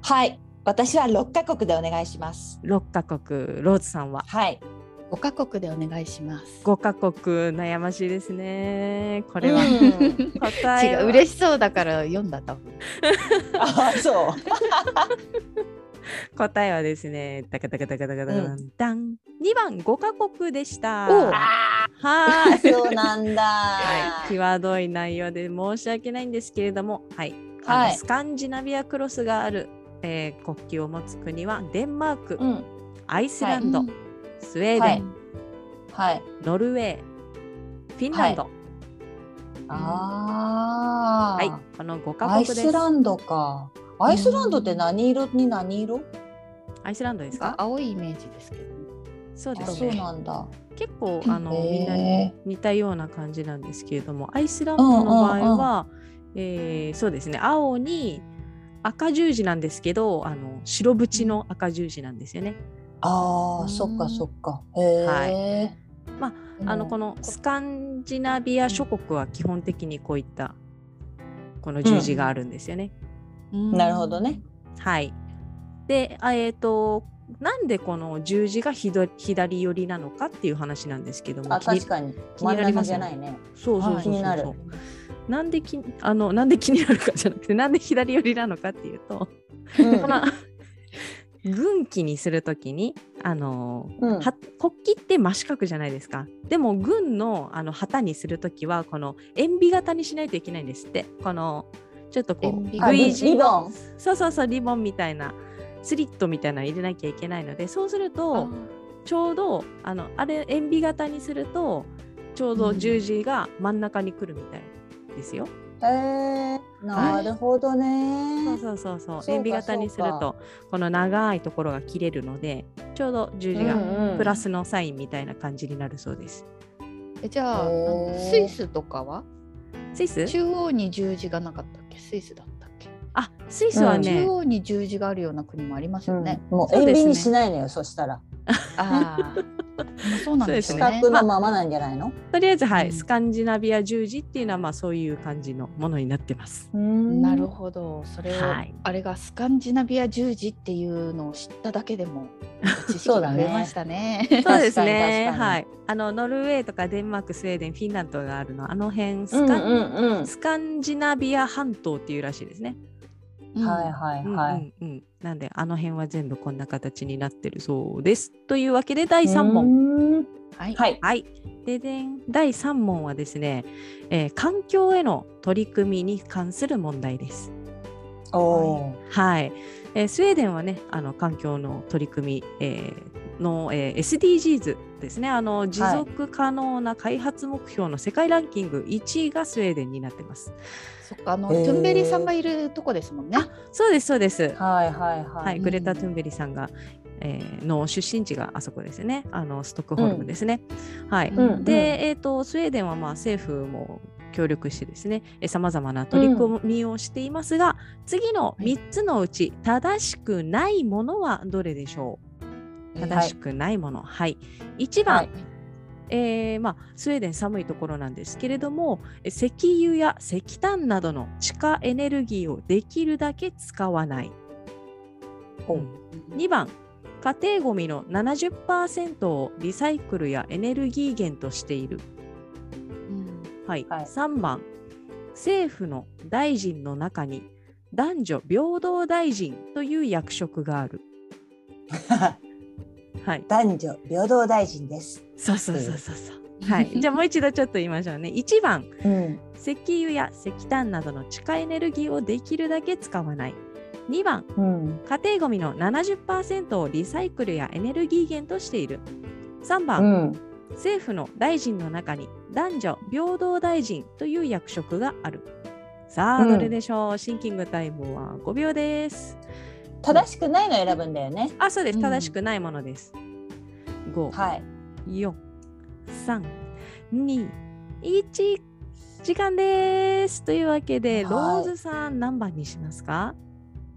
Speaker 3: はい。私は六カ国でお願いします。
Speaker 1: 6カ国、ローズさんは。
Speaker 3: はい。
Speaker 4: 五カ国でお願いします。
Speaker 1: 5カ国、悩ましいですね。こ
Speaker 3: こ
Speaker 1: れは。
Speaker 3: うん、
Speaker 1: 答え
Speaker 4: 違
Speaker 1: は
Speaker 4: う嬉しそうだから読んだと。
Speaker 3: あ、そう。
Speaker 1: 答えはですね、ダカダカダカダカダカダン。2番、5カ国でした。
Speaker 4: おう
Speaker 1: はーい。
Speaker 3: そうなんだ。
Speaker 1: はい、際どい内容で申し訳ないんですけれども、はいあの
Speaker 3: はい
Speaker 1: スカンジナビアクロスがある、えー国旗を持つ国はデンマーク、
Speaker 3: うん。
Speaker 1: アイスランド、
Speaker 4: うん
Speaker 1: スウェーデン、
Speaker 3: はいはい。
Speaker 1: ノルウェーフィンランド、はい
Speaker 3: ああ。
Speaker 1: この5カ
Speaker 3: ア
Speaker 1: 国
Speaker 3: イ
Speaker 1: です
Speaker 3: スランドか。アイスランドって何色に何色？
Speaker 1: アイスランドです
Speaker 4: なんか
Speaker 1: か
Speaker 4: 青いイメージですけど。
Speaker 1: そうで
Speaker 3: あ、
Speaker 1: す
Speaker 3: そう
Speaker 1: ね
Speaker 3: なんだ。
Speaker 1: 結構あの、みんな
Speaker 3: へ
Speaker 1: 似たような感じなんですけれどもアイスランドの場合は、えーそうですね青に赤十字なんですけどあの白縁の赤十字なんですよね。
Speaker 3: え。あ
Speaker 4: う
Speaker 3: あ、
Speaker 4: ん
Speaker 3: そっかそっか。へえ。
Speaker 1: まあのこのスカンジナビア諸国は基本的にこういったこの十字があるんですよね。
Speaker 3: なるほどね。
Speaker 1: はい。で、あえっ、と、なんでこの十字が左左寄りなのかっていう話なんですけども、
Speaker 3: あ、
Speaker 1: 気に
Speaker 3: 確かに。
Speaker 1: 気に
Speaker 3: 真ん
Speaker 1: なり
Speaker 3: 中
Speaker 1: ます
Speaker 3: じ
Speaker 1: よ
Speaker 3: ゃ
Speaker 1: ね
Speaker 3: ないね。
Speaker 1: そうそうそうそう
Speaker 3: はい気になる
Speaker 1: なんできあのなんで気になるかじゃなくて、なんで左寄りなのかっていうと、
Speaker 3: うん
Speaker 1: この 軍旗にするときに、あの
Speaker 3: うん
Speaker 1: は国旗って真四角じゃないですかでも軍のあの旗にする時はこの円美型にしないといけないんですってこのちょっとこ
Speaker 4: 円
Speaker 1: う
Speaker 4: 美
Speaker 3: あ
Speaker 1: V
Speaker 3: リ
Speaker 1: 字
Speaker 3: リボン。
Speaker 1: そうそうそうリボンみたいなスリットみたいなの入れなきゃいけないのでそうするとちょうどあのあれ円美型にするとちょうど十字が真ん中に来るみたいですよ。
Speaker 3: へえ。なるほど
Speaker 1: そう
Speaker 3: ね。
Speaker 1: そうそうそう
Speaker 3: そうか
Speaker 1: 円美型にする
Speaker 3: そ
Speaker 1: とこの長いところが切れるのでちょうど十字が
Speaker 3: うんうん
Speaker 1: プラスのサインみたいな感じになるそうです。
Speaker 4: えじゃ
Speaker 3: へ
Speaker 4: あ
Speaker 3: ー
Speaker 4: なんスイスとかは
Speaker 1: スイス
Speaker 4: 中央に十字がなかったっけスイスだったっけ
Speaker 1: あスイスはね、
Speaker 4: 中央に十字があるような国もありますよね。
Speaker 3: うんもう
Speaker 1: そう
Speaker 3: 塩
Speaker 1: です
Speaker 3: ビ
Speaker 1: ね
Speaker 3: にしないのよ。そしたら。
Speaker 4: ああそうなんです
Speaker 1: そ
Speaker 4: よ
Speaker 1: う
Speaker 3: 四
Speaker 1: です
Speaker 3: 角。
Speaker 4: ね
Speaker 3: のままなんじゃないの
Speaker 1: とりあえずはい、
Speaker 4: うん
Speaker 1: スカンジナビア十字っていうのはまあそういう感じのものになって ます。
Speaker 4: なる
Speaker 3: ど。
Speaker 4: ほど、それを、
Speaker 1: はい、
Speaker 4: あれがスカンジナビア十字っていうのを知っただけでも知識
Speaker 3: そうだ
Speaker 4: が増
Speaker 3: ね
Speaker 4: えましたね。
Speaker 1: そうですね。
Speaker 3: 確かに確かに
Speaker 1: はい。あのノルウェーとかデンマーク、スウェーデン、フィンランドがあるのはあの辺
Speaker 3: う
Speaker 1: ス
Speaker 3: んう
Speaker 1: カ
Speaker 3: ん
Speaker 1: ン、
Speaker 3: うん。
Speaker 1: スカンジナビア半島っていうらしいですね。
Speaker 4: うん
Speaker 3: はいはいはい。
Speaker 1: うんうんうん。なんであの辺は全部こんな形になってるそうです。というわけで第3問。
Speaker 3: 問。
Speaker 4: はい
Speaker 3: はい。
Speaker 1: はい。ででん第3問はですね、えー環境への取り組みに関する問題です。
Speaker 3: おお
Speaker 1: はい、えースウェーデンはねあの環境の取り組み、えーの、えー SDGs ですねあの持続可能な開発目標の世界ランキング1位がスウェーデンになってます。
Speaker 4: そっか、あの、
Speaker 3: へー
Speaker 4: トゥンベリーさんがいるとこですもんね。
Speaker 1: そうですそうです。
Speaker 3: ー。はいはいはい。
Speaker 1: はい、
Speaker 4: うん
Speaker 1: グレタ・トゥンベリさんが、えーの出身地があそこですねあのストックホルムですね。はい、
Speaker 4: うん
Speaker 1: で、えー、とスウェーデンはまあ政府も協力してですねさまざまな取り組みをしていますが、次の3つのうち正しくないものはどれでしょう
Speaker 3: は
Speaker 1: 正
Speaker 3: い
Speaker 1: しくないもの、はい1番、
Speaker 3: はい。
Speaker 1: えーまあ、スウェーデン寒いところなんですけれどもえ石油や石炭などの地下エネルギーをできるだけ使わない、
Speaker 3: ほう
Speaker 1: 2番家庭ごみの70%をリサイクルやエネルギー源としている、
Speaker 4: うん
Speaker 1: はい
Speaker 3: はい
Speaker 1: 3番政府の大臣の中に男女平等大臣という役職がある。はい、
Speaker 3: 男女平等大臣です。
Speaker 1: そうそうそうそうそう。 はい、じゃあもう一度ちょっと言いましょうね。1番
Speaker 3: うん。
Speaker 1: 石油や石炭などの地下エネルギーをできるだけ使わない2番
Speaker 3: うん。
Speaker 1: 家庭ごみの70%をリサイクルやエネルギー源としている3
Speaker 3: う
Speaker 1: 番、
Speaker 3: ん。
Speaker 1: 政府の大臣の中に男女平等大臣という役職があるさあ
Speaker 3: うん
Speaker 1: どれでしょう、シンキングタイムは5秒です
Speaker 3: 正しくないの選ぶんだよね。
Speaker 1: あそうで
Speaker 4: う
Speaker 1: す
Speaker 4: ん
Speaker 1: 正しくないものです、5
Speaker 3: はい。
Speaker 1: 4 3 2 1時間ですというわけでロ
Speaker 3: は
Speaker 1: ー
Speaker 3: い
Speaker 1: ズさん何番にしますか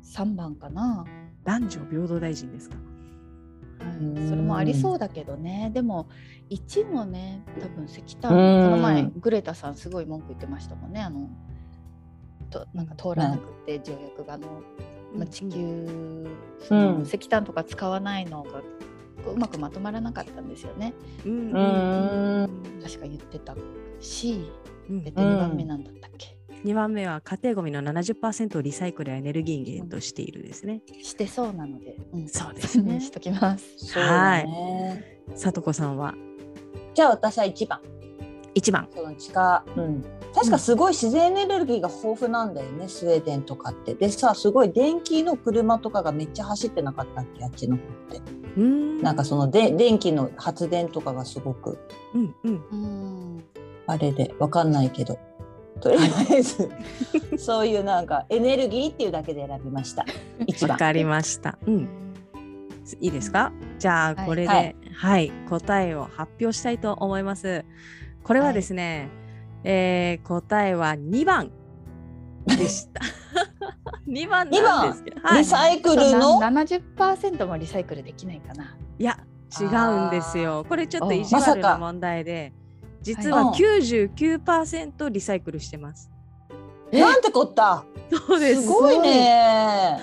Speaker 4: 三番かな。
Speaker 1: 男女平等大臣ですか
Speaker 4: はいそれもありそうだけどね、でも1もね多分石炭こ
Speaker 3: うん
Speaker 4: の前グレタさんすごい文句言ってましたもんねあのとなんか通らなくて条約があの、まあ、地球、その石炭とか使わないのがこううまくまとまらなかったんですよね
Speaker 1: うん
Speaker 3: う
Speaker 1: うん
Speaker 3: ーん。
Speaker 4: 確か言ってたし
Speaker 1: うん
Speaker 4: 出て2番目なんだったっけ、
Speaker 1: 2番目は家庭ごみの70%をリサイクルやエネルギー源としているですね
Speaker 4: してそうなので、うん
Speaker 1: そうですね
Speaker 4: しときます
Speaker 3: そうだね。
Speaker 1: さとこさんは
Speaker 3: じゃあ私は一番。
Speaker 1: 1番
Speaker 3: その地下、うん、確かすごい自然エネルギーが豊富なんだよね、スウェーデンとかって。でさすごい電気の車とかがめっちゃ走ってなかったっけあっちの方って。
Speaker 1: うん
Speaker 3: なんかそので電気の発電とかがすごく
Speaker 1: うんうん
Speaker 4: うん
Speaker 3: あれでわかんないけど。とりあえずそういうなんかエネルギーっていうだけで選びました。一
Speaker 1: わ
Speaker 3: 番。
Speaker 1: かりましたうんいいですかじゃあ
Speaker 4: はい
Speaker 1: これで、は
Speaker 3: はいい
Speaker 1: 答えを発表したいと思います。これはですね、えー答えは2番で した。2番なんですけど、はい、
Speaker 3: リサイクルの
Speaker 4: な70%もリサイクルできないかな。
Speaker 1: いや違うんですよ。これちょっと意地
Speaker 3: まさ
Speaker 1: 悪な
Speaker 3: か
Speaker 1: 問題で、実
Speaker 4: はい
Speaker 1: は
Speaker 3: うん
Speaker 1: 99%リサイクルしてます。
Speaker 3: なんてこった。
Speaker 1: そうです。
Speaker 3: すごいね。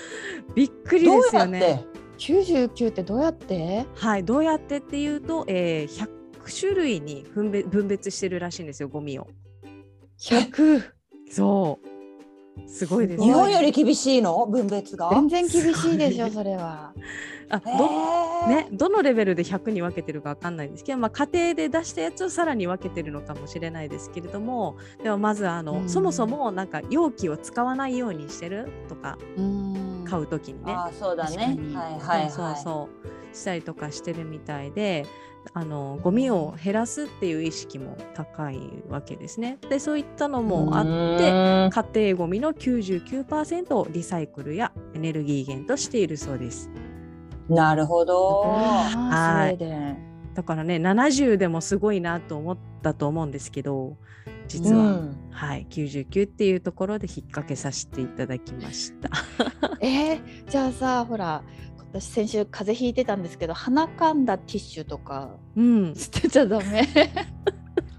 Speaker 1: びっくり
Speaker 3: どう
Speaker 1: です
Speaker 3: や
Speaker 1: よ
Speaker 3: って、
Speaker 1: ね。
Speaker 4: 99ってどうやって
Speaker 1: はい、どうやってっていうと、えー、100種類に分別分別してるらしいんですよ、ゴミを。
Speaker 4: ?100!
Speaker 1: そう。すごいです
Speaker 3: 日
Speaker 1: よ
Speaker 3: 本
Speaker 1: ね。
Speaker 3: より厳しいの分別が。
Speaker 4: 全然厳しいですし
Speaker 1: ごい
Speaker 4: ょ、それは。
Speaker 1: あ
Speaker 3: え
Speaker 1: ど
Speaker 3: ー
Speaker 1: ね、どのレベルで100に分けてるかわかんないんですけど、まあ、家庭で出したやつをさらに分けてるのかもしれないですけれどもでもまずあの、
Speaker 4: うん
Speaker 1: そもそもなんか容器を使わないようにしてるとか
Speaker 4: うん
Speaker 1: 買う時にね、
Speaker 3: ああそうだ
Speaker 4: 確か
Speaker 3: ね
Speaker 4: に。
Speaker 3: はいはいはい。
Speaker 1: そうそうそうしたりとかしてるみたいであのゴミを減らすっていう意識も高いわけですね。でそういったのもあって、
Speaker 3: て
Speaker 1: 家庭ごみの99%をリサイクルやエネルギー源としているそうです。
Speaker 3: なるほど。
Speaker 4: あ
Speaker 1: はい
Speaker 4: ースウェーデン
Speaker 1: だからね70でもすごいなと思ったと思うんですけど実は、
Speaker 3: うん
Speaker 1: はい、99っていうところで引っ掛けさせていただきました。
Speaker 4: えー、じゃあさ、ほら、今私先週風邪ひいてたんですけど鼻かんだティッシュとか
Speaker 1: うん、
Speaker 4: 捨てちゃダ メ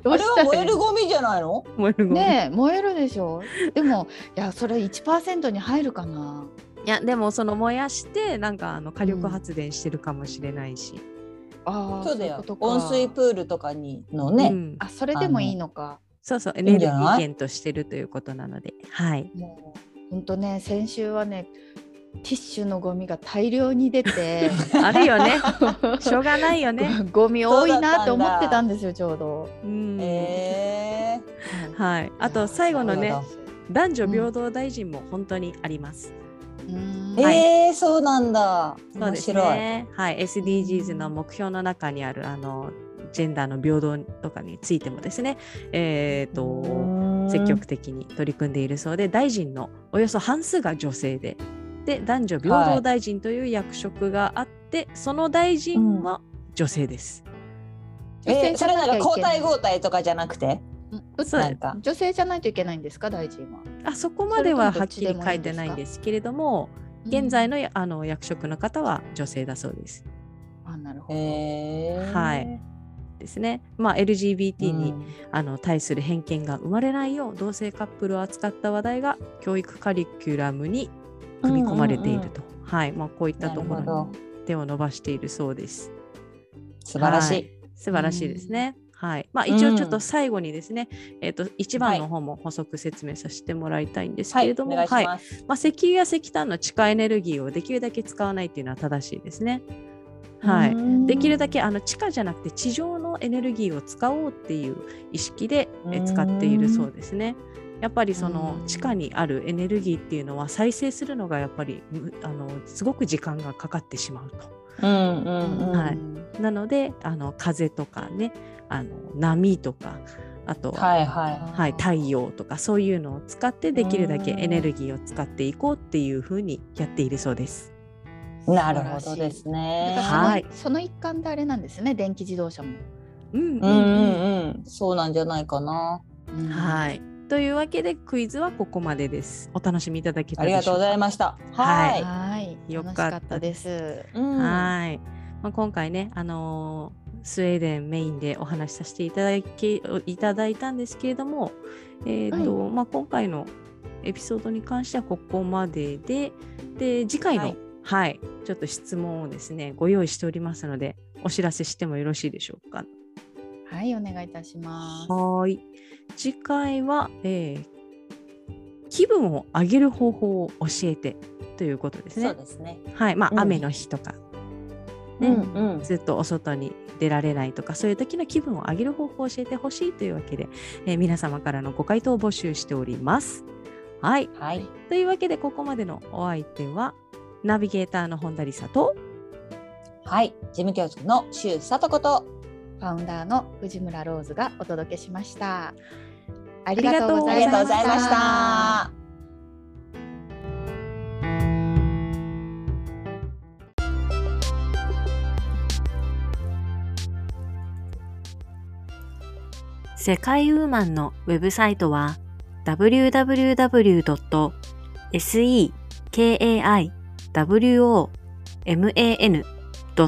Speaker 4: ど
Speaker 3: あ
Speaker 4: う
Speaker 3: れ
Speaker 4: し
Speaker 3: は
Speaker 4: た
Speaker 3: 燃
Speaker 4: ら
Speaker 3: え
Speaker 4: いい
Speaker 3: るゴミじゃないの
Speaker 1: 燃えるゴミ
Speaker 4: ねえ燃えるでしょでもいやそれ1%に入るかない
Speaker 1: やでもその燃やしてなんかあの火力発電してるかもしれないし、
Speaker 4: あー
Speaker 3: そうだよ
Speaker 4: いことか
Speaker 3: 温水プールとかにの
Speaker 1: う
Speaker 3: ね、
Speaker 1: ん
Speaker 4: あそれでもいいのか
Speaker 1: そうそうエ
Speaker 3: い
Speaker 1: ネ
Speaker 3: ん
Speaker 1: ルギ
Speaker 3: じゃない
Speaker 1: ー源としてるということなのではい
Speaker 4: もうほんとね先週はねティッシュのゴミが大量に 出て
Speaker 1: あるよねしょうがないよね、
Speaker 4: ゴミ多いなと思ってたんですよちょうど。
Speaker 1: うん
Speaker 3: え
Speaker 1: はいあと最後の
Speaker 3: い
Speaker 1: ね
Speaker 3: や
Speaker 1: 男女平等大臣も本当にあります、
Speaker 4: うん
Speaker 3: ー、
Speaker 1: はい
Speaker 3: えー、そうなんだ
Speaker 1: そう
Speaker 3: 面
Speaker 1: です
Speaker 3: 白い、
Speaker 1: ねはい SDGs の目標の中にあるあのジェンダーの平等とかについてもですねえっ、と積極的に取り組んでいるそうで大臣のおよそ半数が女性でで男女平等大臣という役職があって、その大臣は女性です。
Speaker 4: 女
Speaker 3: え
Speaker 4: 性
Speaker 3: ー、
Speaker 4: じ
Speaker 3: そ
Speaker 4: ゃ
Speaker 3: れ
Speaker 4: な
Speaker 3: なら
Speaker 4: きゃいけない
Speaker 3: 交代交代とかじゃなくて
Speaker 1: そう
Speaker 3: なんか
Speaker 4: 女性じゃないといけないんですか大臣は。
Speaker 1: あそこまでは
Speaker 4: そ
Speaker 1: はっ
Speaker 4: れともどっち
Speaker 1: き
Speaker 4: で
Speaker 1: り
Speaker 4: も
Speaker 1: 書
Speaker 4: いい
Speaker 1: い
Speaker 4: んで
Speaker 1: て
Speaker 4: すか
Speaker 1: ないんですけれども、現在のあの役職の方は女性だそうです。
Speaker 4: あなるほど。
Speaker 3: えー、
Speaker 1: はいですね。まあ LGBT に、
Speaker 3: うん
Speaker 1: あの対する偏見が生まれないよう同性カップルを扱った話題が教育カリキュラムに組み込まれていると、はい、まあこういったとこ
Speaker 3: なるほ
Speaker 1: ろ
Speaker 3: ど
Speaker 1: に手を伸ばしているそうです。
Speaker 3: 素晴らしい、
Speaker 1: は素晴らしいですね。はい。まあ一応ちょっと最後にですね、えっ、と一番の方も補足説明させてもらいたいんです
Speaker 3: は
Speaker 1: け
Speaker 3: い
Speaker 1: れど
Speaker 3: お
Speaker 1: も、
Speaker 3: 願いし
Speaker 1: ま
Speaker 3: ます、
Speaker 1: あ石油や石炭の地下エネルギーをできるだけ使わないっていうのは正しいですね。はい。できるだけあの地下じゃなくて地上のエネルギーを使おうっていう意識でえ
Speaker 3: うん
Speaker 1: 使っているそうですね。やっぱりその
Speaker 3: うん
Speaker 1: 地下にあるエネルギーっていうのは再生するのがやっぱりむあのすごく時間がかかってしまうと。
Speaker 3: うんうんうん、
Speaker 1: はいなのであの風とかねあの波とかあとは、
Speaker 3: はいは
Speaker 1: はい、太陽とかそういうのを使ってできるだけ
Speaker 3: うん
Speaker 1: エネルギーを使っていこうっていうふうにやっているそうです。
Speaker 3: いなるほどです
Speaker 4: だ
Speaker 3: ね
Speaker 4: からその
Speaker 1: はい
Speaker 4: その一環であれなんですね電気自動車も。
Speaker 1: うん
Speaker 3: うんうんうんそうなんじゃないかな
Speaker 4: うん
Speaker 1: はいというわけでクイズはここまでです。お楽しみいただけた
Speaker 3: あ
Speaker 1: で
Speaker 3: り
Speaker 1: しょうか。
Speaker 3: がとうございました
Speaker 1: は
Speaker 3: はい、
Speaker 4: はい。
Speaker 1: よか
Speaker 4: 楽
Speaker 1: っ
Speaker 4: したかったです。
Speaker 3: うん
Speaker 1: はい、まあ、今回ね、あのースウェーデンメインでお話しさせていただきいただいたんですけれども、えーとまあ、今回のエピソードに関してはここまででで次回の、
Speaker 3: は
Speaker 1: はいいちょっと質問をですねご用意しておりますのでお知らせしてもよろしいでしょうか。
Speaker 4: はいお願いいたします。
Speaker 1: はーい次回は、えー気分を上げる方法を教えてということです
Speaker 3: そう
Speaker 1: ね。
Speaker 3: ですね
Speaker 1: はいまあ、
Speaker 3: うん
Speaker 1: 雨の日とかね
Speaker 3: うんうん
Speaker 1: ずっとお外に出られないとかそういう時の気分を上げる方法を教えてほしいというわけで、えー皆様からのご回答を募集しております。はい、
Speaker 3: はい
Speaker 1: というわけでここまでのお相手はナビゲーターの本田理沙と
Speaker 3: はい事務局の周さとこと
Speaker 4: ファウンダーの藤村ローズがお届けしました。あ
Speaker 1: り
Speaker 4: り
Speaker 1: が
Speaker 4: が
Speaker 1: と
Speaker 4: と
Speaker 1: う
Speaker 4: う
Speaker 1: ご
Speaker 4: ご
Speaker 1: ざ
Speaker 3: あり
Speaker 4: ざい
Speaker 3: がとうご
Speaker 4: まし。
Speaker 3: ざいましたた。
Speaker 1: 世界ウーマンのウェブサイトは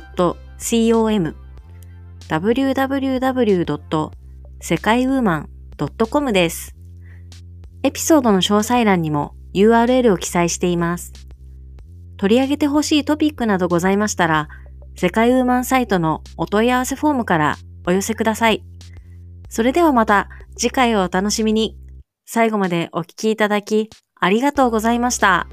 Speaker 1: www.sekaiwoman.com www.sekaiwoman.com です。エピソードの詳細欄にも URL を記載しています。取り上げてほしいトピックなどございましたら、世界ウーマンサイトのお問い合わせフォームからお寄せください。それではまた次回をお楽しみに。最後までお聞きいただきありがとうございました。